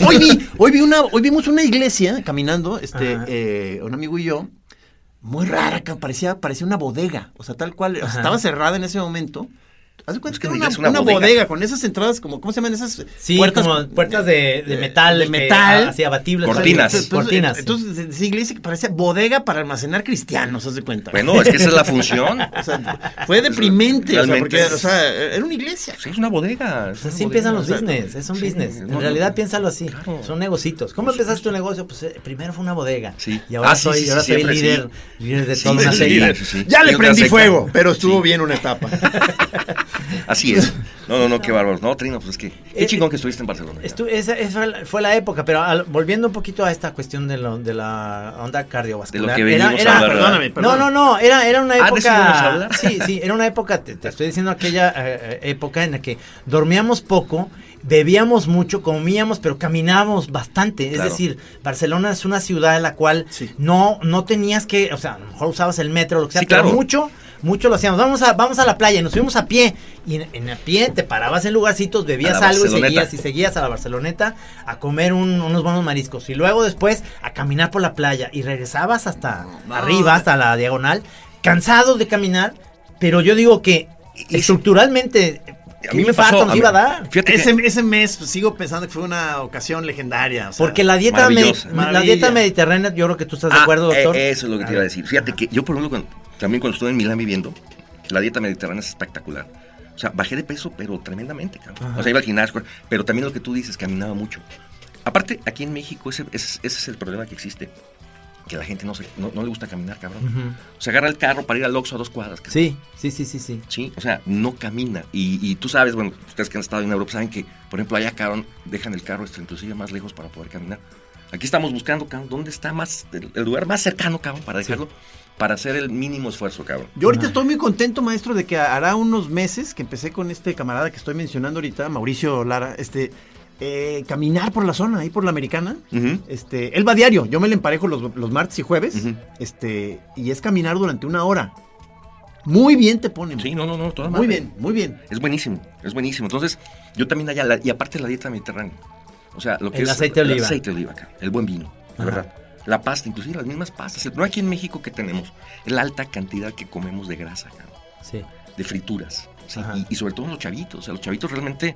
Hoy [laughs] vi, hoy vi una, hoy vimos una iglesia caminando, este, Ajá. eh, un amigo y yo, muy rara, que parecía, parecía una bodega, o sea, tal cual, o sea, Ajá. estaba cerrada en ese momento. Haz de cuenta Es que que era ni una, es una una bodega. bodega. con esas entradas, como, ¿cómo se llaman esas Sí, puertas? como puertas de, de metal. de que- metal. Así abatibles. Cortinas. así, Entonces, pues, cortinas. Entonces, esa iglesia que parecía bodega para almacenar cristianos, haz de cuenta. Bueno, es que esa es la función. O sea, fue deprimente, o sea, Realmente porque, es- o sea, era una iglesia. Sí, es una bodega. es Pues así una empiezan bodega, los o sea, business, es un sí, business. En no, no, realidad no. piénsalo así, Claro. son negocitos. ¿Cómo empezaste tu negocio? Pues eh, primero fue una bodega. Sí. Y ahora Ah, sí, soy, sí, y ahora sí, soy el siempre, líder, líder de Sí, toda una sí, serie. sí, sí. Ya le Yo prendí acepto. fuego, pero estuvo Sí. bien una etapa. Así es. No, no, no, qué bárbaro. No, Trino, pues es que. Eh, Qué chingón que estuviste en Barcelona. Estu- esa, esa fue, la, fue la época, pero al- volviendo un poquito a esta cuestión de, lo- de la onda cardiovascular. De lo que venimos a hablar, perdóname, ¿verdad? No, no, no, era, era una Ah, ¿de eso íbamos a época. hablar? Sí, sí, era una época, te, te estoy diciendo aquella eh, eh, época en la que dormíamos poco, bebíamos mucho, comíamos, pero caminábamos bastante. Claro. Es decir, Barcelona es una ciudad en la cual Sí. no, no tenías que, o sea, a lo mejor usabas el metro, lo que sea, Sí, pero claro. mucho, mucho lo hacíamos. Vamos a, vamos a la playa, nos subimos a pie, y en, en a pie te parabas en lugarcitos, bebías la algo y Barceloneta. seguías, y seguías a la Barceloneta a comer un- unos buenos mariscos. Y luego después a caminar por la playa. Y regresabas hasta arriba, hasta la diagonal, cansado de caminar, pero yo digo que Y- y- estructuralmente. A ¿qué mí me infarto pasó. nos a mí- iba a dar? Fíjate que- Ese, ese mes pues, sigo pensando que fue una ocasión legendaria. o sea, Porque la dieta, me- Maravillosa. la dieta Maravilla. mediterránea, yo creo que tú estás de Ah, acuerdo, eh, doctor. eso es lo que te iba a decir. Fíjate que yo, por ejemplo, cuando- también cuando estuve en Milán viviendo, la dieta mediterránea es espectacular. O sea, bajé de peso, pero tremendamente. cabrón. O sea, iba al gimnasio, pero también lo que tú dices, caminaba mucho. Aparte, aquí en México, ese, ese- ese es el problema que existe. Que la gente no, se- no, no le gusta caminar, cabrón. O sea, agarra el carro para ir al Oxxo a dos cuadras. cabrón. Sí, sí, sí, sí, sí. Sí, o sea, no camina. Y, y tú sabes, bueno, ustedes que han estado en Europa saben que, por ejemplo, allá, cabrón, dejan el carro este, inclusive más lejos para poder caminar. Aquí estamos buscando, cabrón, dónde está más el, el lugar más cercano, cabrón, para dejarlo, para hacer el mínimo esfuerzo, cabrón. Yo ahorita estoy muy contento, maestro, de que hará unos meses que empecé con este camarada que estoy mencionando ahorita, Mauricio Lara, este, eh, caminar por la zona, ahí por la americana. Ujú. Este, él va diario, yo me le emparejo los, los martes y jueves, Ujú. este, y es caminar durante una hora. Muy bien te ponen. Sí, no, no, no, toda muy madre. bien, muy bien. Es buenísimo, es buenísimo. Entonces, yo también allá, la- y aparte la dieta mediterránea. O sea, lo que El es aceite de el oliva. aceite de oliva, cabrón, el buen vino, Ajá. la verdad. La pasta, inclusive las mismas pastas. No aquí en México que tenemos, la alta cantidad que comemos de grasa, cabrón. Sí. de frituras. ¿sí? Ajá. Y, y sobre todo los chavitos. O sea, los chavitos realmente,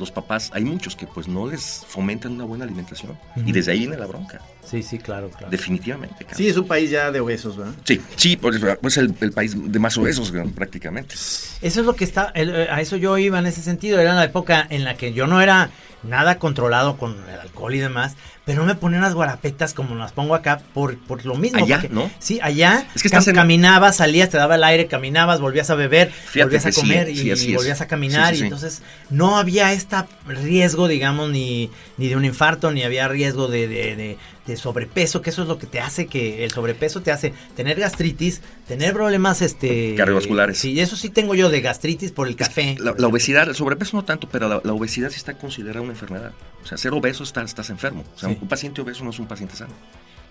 los papás, hay muchos que pues no les fomentan una buena alimentación. Y desde ahí viene la bronca, Sí, sí, claro, claro. definitivamente. cabrón. Sí, es un país ya de obesos, ¿verdad? Sí, sí, porque es el, el país de más obesos cabrón, prácticamente. Eso es lo que está, el- eh, a eso yo iba en ese sentido, era la época en la que yo no era nada controlado con el alcohol y demás, pero no me ponía unas guarapetas como las pongo acá por, por lo mismo. Allá, porque- ¿no? Sí, allá Es que estás cam- en- caminabas, salías, te daba el aire, caminabas, volvías a beber, Fíjate volvías a que sí, comer sí, y, así es. volvías a caminar Sí, sí, sí. y entonces no había este riesgo, digamos, ni, ni de un infarto, ni había riesgo de, de- de- de sobrepeso, que eso es lo que te hace, que el sobrepeso te hace tener gastritis, tener problemas este, Cardiovasculares. Sí, eso sí tengo yo de gastritis por el café. La, la obesidad, el sobrepeso no tanto, pero la, la obesidad sí está considerada una enfermedad. O sea, ser obeso está, estás enfermo. O sea, Sí. un paciente obeso no es un paciente sano.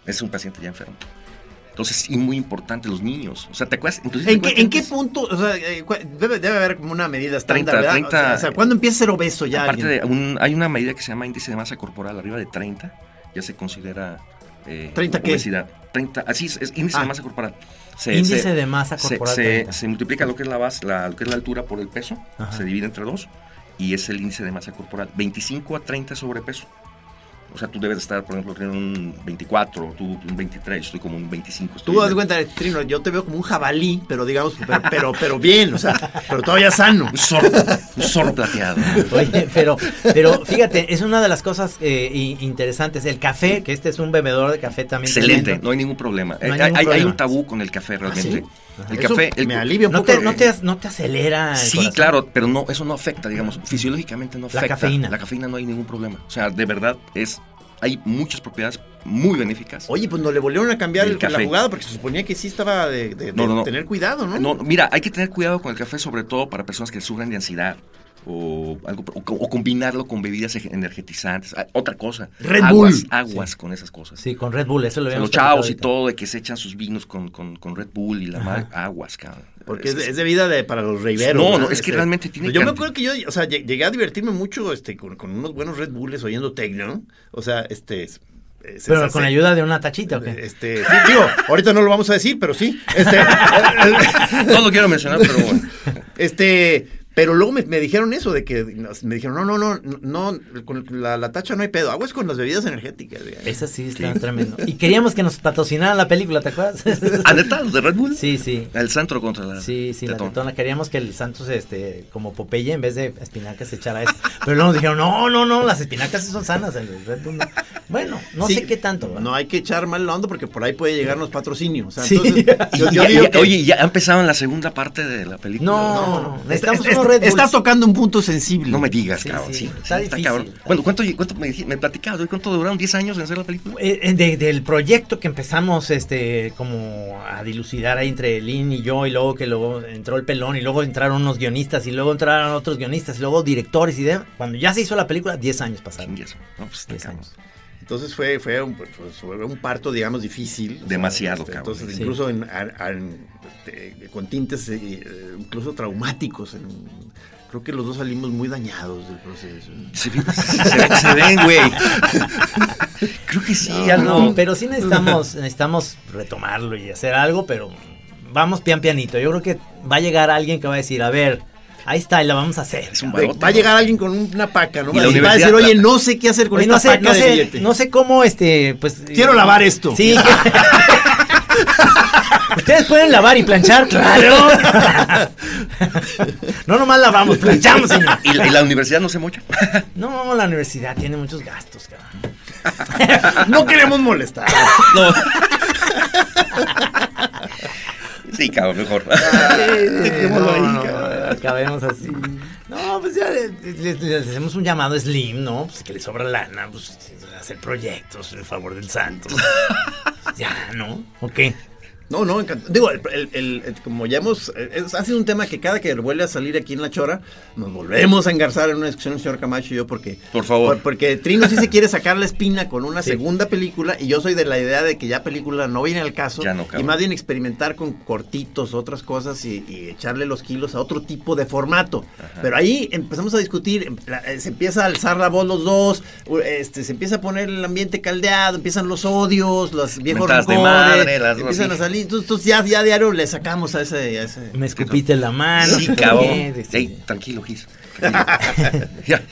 Es un paciente ya enfermo. Entonces, y muy importante, los niños. O sea, ¿te acuerdas? Entonces, ¿En ¿te qué, acuerdas en qué antes? punto? O sea, eh, cua- debe, debe haber como una medida estándar, 30, ¿verdad? 30, o, sea, o sea, ¿cuándo empieza a ser obeso ya Aparte alguien? de un- hay una medida que se llama índice de masa corporal arriba de 30, ya se considera eh, ¿30 qué? obesidad. 30, así es, es índice Ah. de masa corporal. Se- Índice se- de masa se- corporal Se, 30. se multiplica lo que es la base, la- lo que es la altura por el peso, Ajá. se divide entre dos y es el índice de masa corporal. 25 a 30 es sobrepeso. O sea, tú debes estar, por ejemplo, teniendo un 24, tú un 23, yo estoy como un 25. estoy Tú das bien. cuenta, Trino, yo te veo como un jabalí, pero digamos, pero, pero, pero bien, o sea, pero todavía sano. Un zorro, un zorro plateado. [laughs] [laughs] Oye, pero, pero [laughs] fíjate, es una de las cosas eh, i- interesantes. El café, que este es un bebedor de café también. Excelente, tremendo. no hay ningún problema. No hay hay, ningún hay- hay problema. un tabú con el café realmente. El Eso café, el- me alivia un No poco. te, lo no, que- te, ac- no te acelera. el Sí, corazón. claro, pero no, eso no afecta, digamos, fisiológicamente no La afecta. cafeína. La cafeína no hay ningún problema. O sea, de verdad es, hay muchas propiedades muy benéficas. Oye, pues no le volvieron a cambiar El el- la café. jugada porque se suponía que sí estaba de, de- de No, no, no. tener cuidado, ¿no? No, mira, hay que tener cuidado con el café, sobre todo para personas que sufren de ansiedad o algo, o, co- o combinarlo con bebidas ege- energetizantes, Ah, otra cosa. Red aguas, Bull. aguas con esas cosas. Sí, con Red Bull, eso lo O sea, vemos. los chavos y todo, de que se echan sus vinos con, con- con Red Bull y la madre, aguas, cabrón. Porque es, Es- de- es de vida de, para los reiveros. No, ¿verdad? no, Este, pues es que realmente tiene Yo me cantidad. acuerdo que yo, o sea, lle- llegué a divertirme mucho este, con, con unos buenos Red Bulls oyendo techno. O sea, este. es- eh, se- Pero se- con se- ayuda de una tachita, ¿o qué? Este, sí, digo, ahorita no lo vamos a decir, pero sí. Este, [laughs] No lo quiero mencionar, pero bueno. este, pero luego me, me dijeron eso, de que nos- me dijeron, no, no, no, no, con la, la tacha no hay pedo, agua es con las bebidas energéticas. digamos. Eso sí está tremendo. Y queríamos que nos patrocinaran la película, ¿te [laughs] acuerdas? ¿Ah, neta? ¿Los de Red Bull? sí, sí. El centro contra la. Sí, sí, la tetona. tetona. Queríamos que el Santos, este, como Popeye, en vez de espinacas, se echara eso. Pero luego nos dijeron, no, no, no, las espinacas sí son sanas. el Red Bull no. Bueno, no Sí, sé qué tanto. ¿verdad? No hay que echar mal la onda porque por ahí puede llegarnos patrocinio. O sea, Sí. entonces, [laughs] Y yo, yo ya- digo ya- que- Oye, ya empezaron la segunda parte de la película. No, no, necesitamos Est- est- unos Red Bulls. estás tocando un punto sensible. No me digas, Sí, cabrón. sí, Sí, sí, está difícil. Bueno, ¿cuánto, cuánto me, dij- me platicabas? güey? ¿Cuánto duraron 10 años en hacer la película? Eh, eh, de- del proyecto que empezamos este como a dilucidar ahí entre Lin y yo y luego que luego entró el pelón y luego entraron unos guionistas y luego entraron otros guionistas y luego directores y de, cuando ya se hizo la película 10 años pasaron. 10 No, pues, está 10 cabrón. años. Entonces fue, fue, un, pues, fue un parto, digamos, difícil. O sea, Demasiado, este, cabrón. Entonces, Sí. incluso en- a- a- en- te- con tintes eh, incluso traumáticos. en- creo que los dos salimos muy dañados del proceso. Se, ven- se ven- se ven, güey. Creo que sí, algo. No, pero sí necesitamos, necesitamos retomarlo y hacer algo, pero vamos pian pianito. Yo creo que va a llegar alguien que va a decir, a ver, ahí está y la vamos a hacer. Es un cabrón. barote. Va a llegar alguien con una paca, ¿no? Y Y la va a universidad- decir, oye, no sé qué hacer con Oye, esta no sé, paca no de sé, billete. no sé cómo este, pues. Quiero eh, lavar esto. [laughs] Sí. Ustedes pueden lavar y planchar, claro. no nomás lavamos, planchamos, señor. ¿Y la, y la universidad no se mocha? No, la universidad tiene muchos gastos, cabrón. No queremos molestar. No. Sí, cabrón, mejor. Dejémoslo ahí, No, no, cabrón. acabemos así. No, pues ya le- le- les, hacemos un llamado Slim, ¿no? Pues que le sobra lana, pues hacer proyectos en favor del Santos. ya, ¿no? Ok. No, no, encantado. Digo, el- el- el- el- como ya hemos. eh, es- ha sido un tema que cada que vuelve a salir aquí en La Chora, nos volvemos a engarzar en una discusión el señor Camacho y yo, porque. Por favor. porque Trino sí se quiere sacar la espina con una Sí. segunda película, y yo soy de la idea de que ya película no viene al caso. Ya no, cabrón. y más bien experimentar con cortitos, otras cosas, y, y echarle los kilos a otro tipo de formato. Pero ahí empezamos a discutir, em- la- eh, se empieza a alzar la voz los dos, u- este, se empieza a poner el ambiente caldeado, empiezan los odios, las viejos Mentadas de rencores, madre, las- empiezan a así. salir. Entonces, entonces ya, ya diario le sacamos a ese. a ese- Me escupiste la mano. Sí, no sé cabrón. qué, sí. Ey, tranquilo, Gis. Tranquilo. Ya.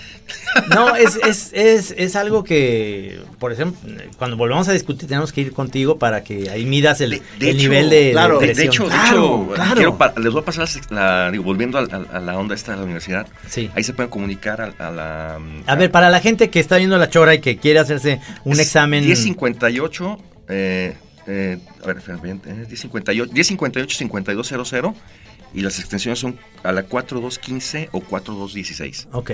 No, es, es, es, es algo que, por ejemplo, cuando volvamos a discutir, tenemos que ir contigo para que ahí midas el, De- de el hecho, nivel de. claro, De, de presión. hecho, de Claro, hecho, claro. quiero pa- les voy a pasar, la, digo, volviendo al- al- a, la onda esta de la universidad, Sí. ahí se pueden comunicar a, a la... A ver, para la gente que está viendo la chora y que quiere hacerse un es examen. 1058, eh, eh, a ver, espera, bien, eh, 1058, 1058-5200 y las extensiones son a la 4215 o 4216. Ok.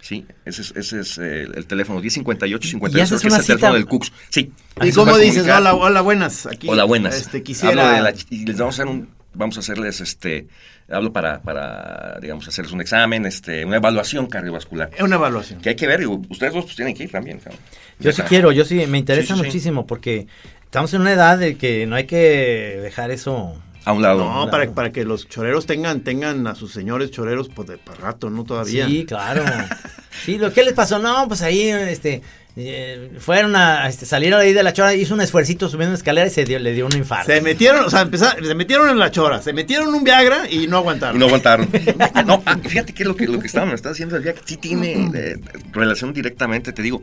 Sí, ese es, ese es eh, el teléfono, 1058-5200, ¿Y que es haces el una teléfono cita? del CUCS. Sí. Ahí ¿Y se cómo pueden dices? comunicar. Hola, hola, buenas. Aquí, Hola, buenas. Este, quisiera. Hablo de la ch- y les vamos a hacer un, vamos a hacerles este, hablo para, para, digamos, hacerles un examen, este, una evaluación cardiovascular. una evaluación. Que hay que ver, digo, ustedes dos pues, tienen que ir también, cabrón. Yo sí quiero, yo sí, me interesa Sí, sí, sí. muchísimo porque estamos en una edad de que no hay que dejar eso. A un lado. No, para, para que los choreros tengan tengan a sus señores choreros pues, de para rato, ¿no? Todavía. Sí, claro. Sí, lo que les pasó, no, pues ahí, este, eh, fueron a, este, salieron ahí de la chora, hizo un esfuercito subiendo una escalera y se dio, le dio un infarto. Se metieron, o sea, empezaron, se metieron en la chora, se metieron un Viagra y no aguantaron. Y no aguantaron. [laughs] No, ah, fíjate que lo que lo que estaba, me está haciendo el día sí tiene eh, relación directamente, te digo.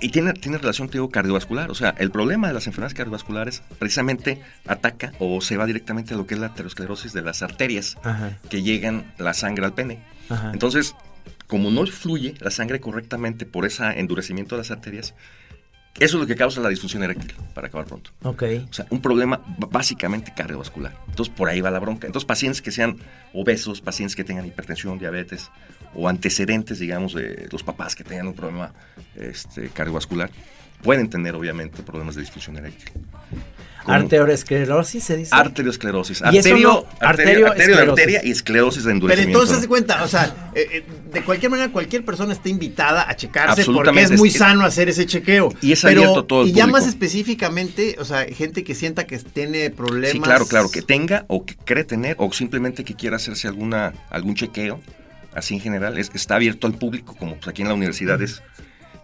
Y tiene, tiene relación, te digo, cardiovascular. O sea, el problema de las enfermedades cardiovasculares precisamente ataca o se va directamente a lo que es la aterosclerosis de las arterias Ajá. que llegan la sangre al pene. Ajá. Entonces, como no fluye la sangre correctamente por ese endurecimiento de las arterias, eso es lo que causa la disfunción eréctil, para acabar pronto. Ok. O sea, un problema b- básicamente cardiovascular. Entonces, por ahí va la bronca. Entonces, pacientes que sean obesos, pacientes que tengan hipertensión, diabetes o antecedentes, digamos, de los papás que tengan un problema este, cardiovascular, pueden tener, obviamente, problemas de disfunción eréctil. Con Arteriosclerosis se dice. Arteriosclerosis. Y eso Arterio, no- arterio, arterio de arterioesclerosis. arteria y esclerosis de Pero endurecimiento. entonces se cuenta, o sea, eh, eh, de cualquier manera cualquier persona está invitada a checarse porque Absolutamente, es muy es- sano hacer ese chequeo. Y es Pero- abierto a todo el Y ya público. más específicamente, o sea, gente que sienta que tiene problemas. Sí, claro, claro, que tenga o que cree tener o simplemente que quiera hacerse alguna algún chequeo, así en general, es- está abierto al público, como pues, aquí en la universidad es,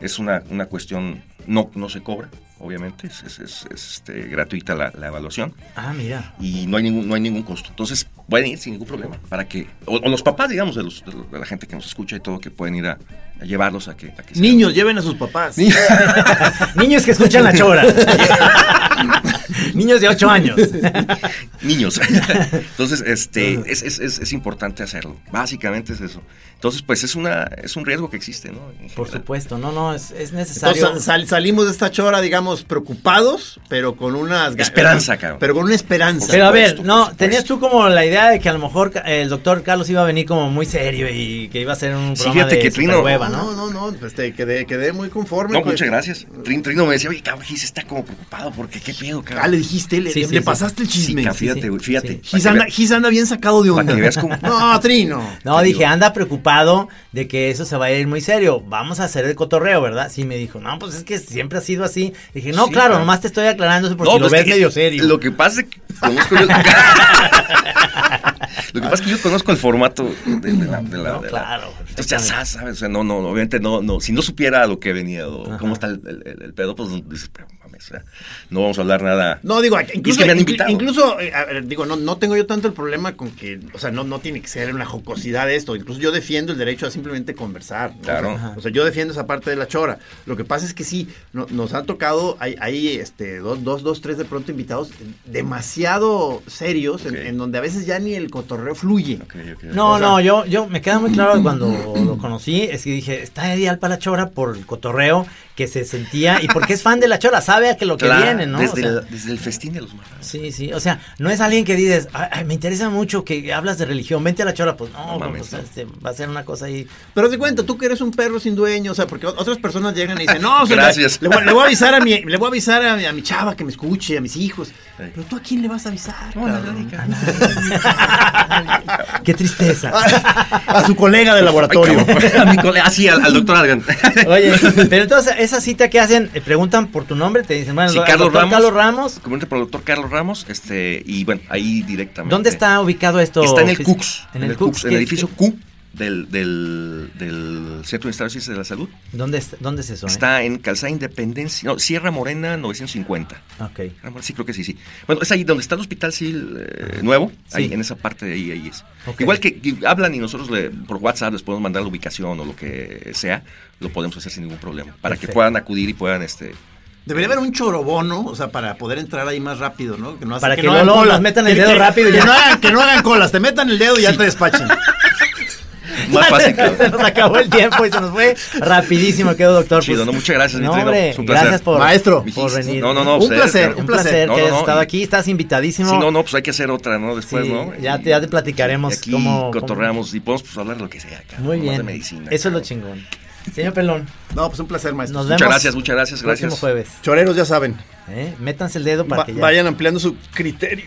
es una, una cuestión, no, no se cobra, obviamente, es, es- es- es, este, gratuita la, la evaluación Ah, mira. y no hay, ningún, no hay ningún costo. Entonces pueden ir sin ningún problema, para que, o, o los papás, digamos, de, los- de los- de la gente que nos escucha y todo, que pueden ir a, a llevarlos a que... a que se- Niños, lleven a sus papás. [laughs] Niños que escuchan la chora. Niños de 8 años. [laughs] niños. Entonces, este, es, es- es- es importante hacerlo. Básicamente es eso. Entonces, pues es una, es un riesgo que existe, ¿no? En Por general. supuesto, no, no, es, es necesario. Entonces, sal- salimos de esta chora, digamos, preocupados, pero con unas... ga- Esperanza, cabrón. Pero con una esperanza. Pero a ver, supuesto, por no, supuesto. tenías tú como la idea de que a lo mejor ca- el doctor Carlos iba a venir como muy serio y que iba a ser un Sí, programa fíjate de que Trino- superhueva, ¿no? no, no, no, no, este, quedé, quedé muy conforme. pues. No, con- muchas gracias. Trin- Trino me decía, oye, cabrón, Gis está como preocupado porque qué pedo, cabrón. Ah, le dijiste, le, Sí, le- sí, le sí. pasaste el Sí, chisme. cabrón, sí, fíjate, sí, güey, fíjate. sí. Para Gis que anda, vea- Gis anda bien sacado de Para onda. que veas cómo- No, Trino. No, Te dije, digo. anda preocupado de que eso se va a ir muy serio. Vamos a hacer el cotorreo, ¿verdad? Sí, me dijo, no, pues es que siempre ha sido así. Dije, no, Sí, claro, claro. nomás te estoy aclarando eso porque No, lo pues ves que- medio serio. Lo que pasa es que conozco yo... [laughs] lo que pasa es que yo conozco el formato de, de la, de la- No, de la- claro, Entonces ya sabes, sabes, o sea, no, no, obviamente no, no, si no supiera lo que venía o cómo está el, el- el- el pedo, pues dices, pero mames, o sea, no vamos a hablar nada. No, digo, incluso, me han inclu- invitado. incluso, eh, a ver, digo, no, no tengo yo tanto el problema con que, o sea, no, no tiene que ser una jocosidad esto. Incluso yo defiendo el derecho a simplemente conversar. ¿no? Claro. O sea, o sea, yo defiendo esa parte de la chora. Lo que pasa es que sí, no- nos han tocado, hay, hay, este, dos, dos, dos, tres de pronto invitados demasiado serios, en- Ok. en, donde a veces ya ni el cotorreo fluye. Ok, ok. No, O sea- no, yo, yo me queda muy claro cuando lo conocí, es que dije, está ideal para la chora por el cotorreo que se sentía y porque es fan de la chora, sabe a que lo que Claro, viene, ¿no? O Desde, sea, el, desde el festín de los marranos. Sí, sí, o sea, no es alguien que dices, "Ay, ay, me interesa mucho que hablas de religión, vente a la chora, pues no, No mames, pues, no. este, va a ser una cosa ahí. [laughs] Pero haz de cuenta, tú que eres un perro sin dueño, o sea, porque o- otras personas llegan y dicen, no, o sea, Gracias. Le, le voy- le voy a avisar a mi, le voy a avisar a mi, a mi chava que me escuche, a mis hijos. Pero tú a quién le vas a avisar, cabrón? Qué [laughs] tristeza. A su colega del laboratorio. Ay, cabrón. [laughs] A mi colega, ah, sí, al, al [laughs] doctor Adrián. Oye, pero entonces esa cita que hacen, eh, preguntan por tu nombre, te dicen, bueno, Sí, do- Carlos doctor Ramos. Carlos Ramos, Como el productor Carlos Ramos, este, y bueno, ahí directamente. ¿dónde está ubicado esto? Está en el físico? CUCS. En el CUCS, en el ¿qué- edificio qué- Q del, del, del Centro de Estado de Ciencias de la Salud. ¿Dónde, es- ¿Dónde es eso? eh? Está en Calzada Independencia, no, Sierra Morena 950. Ok. Sierra Morena, Sí, creo que sí, sí. Bueno, es ahí donde está el hospital civil eh, nuevo, ahí Sí. en esa parte de ahí, ahí es. Ok. Igual que, que hablan y nosotros le- por WhatsApp les podemos mandar la ubicación o lo que sea, lo podemos hacer sin ningún problema, para Perfecto. que puedan acudir y puedan, este, Debería haber un chorobono, o sea, para poder entrar ahí más rápido, ¿no? no hace- Para que luego hagan nos colas. metan el Que- dedo que- rápido y Que ya. no, hagan, [laughs] que no hagan colas, te metan el dedo y ya te despachen. [laughs] más fácil. claro. se nos acabó el tiempo y se nos fue rapidísimo quedó doctor. pues. Chido, no, muchas gracias, mi no, trino, hombre, es un placer. gracias por, Maestro, por Mijis, venir. no, no, no, Un ustedes, placer, cabrón. Un placer No, que no, hayas no, estado y- aquí, estás invitadísimo. Sí, no, no, pues hay que hacer otra, ¿no? Después, Sí, ¿no? ya te- ya te platicaremos y aquí cómo- cotorreamos y podemos pues, hablar de lo que sea, cabrón, Muy más bien. de medicina. Eso es lo cabrón. chingón. Señor Pelón, No, pues un placer, maestro. nos vemos. Muchas gracias, muchas gracias, el próximo gracias. jueves. Choreros ya saben, ¿eh? Métanse el dedo para va- que ya. vayan ampliando su criterio.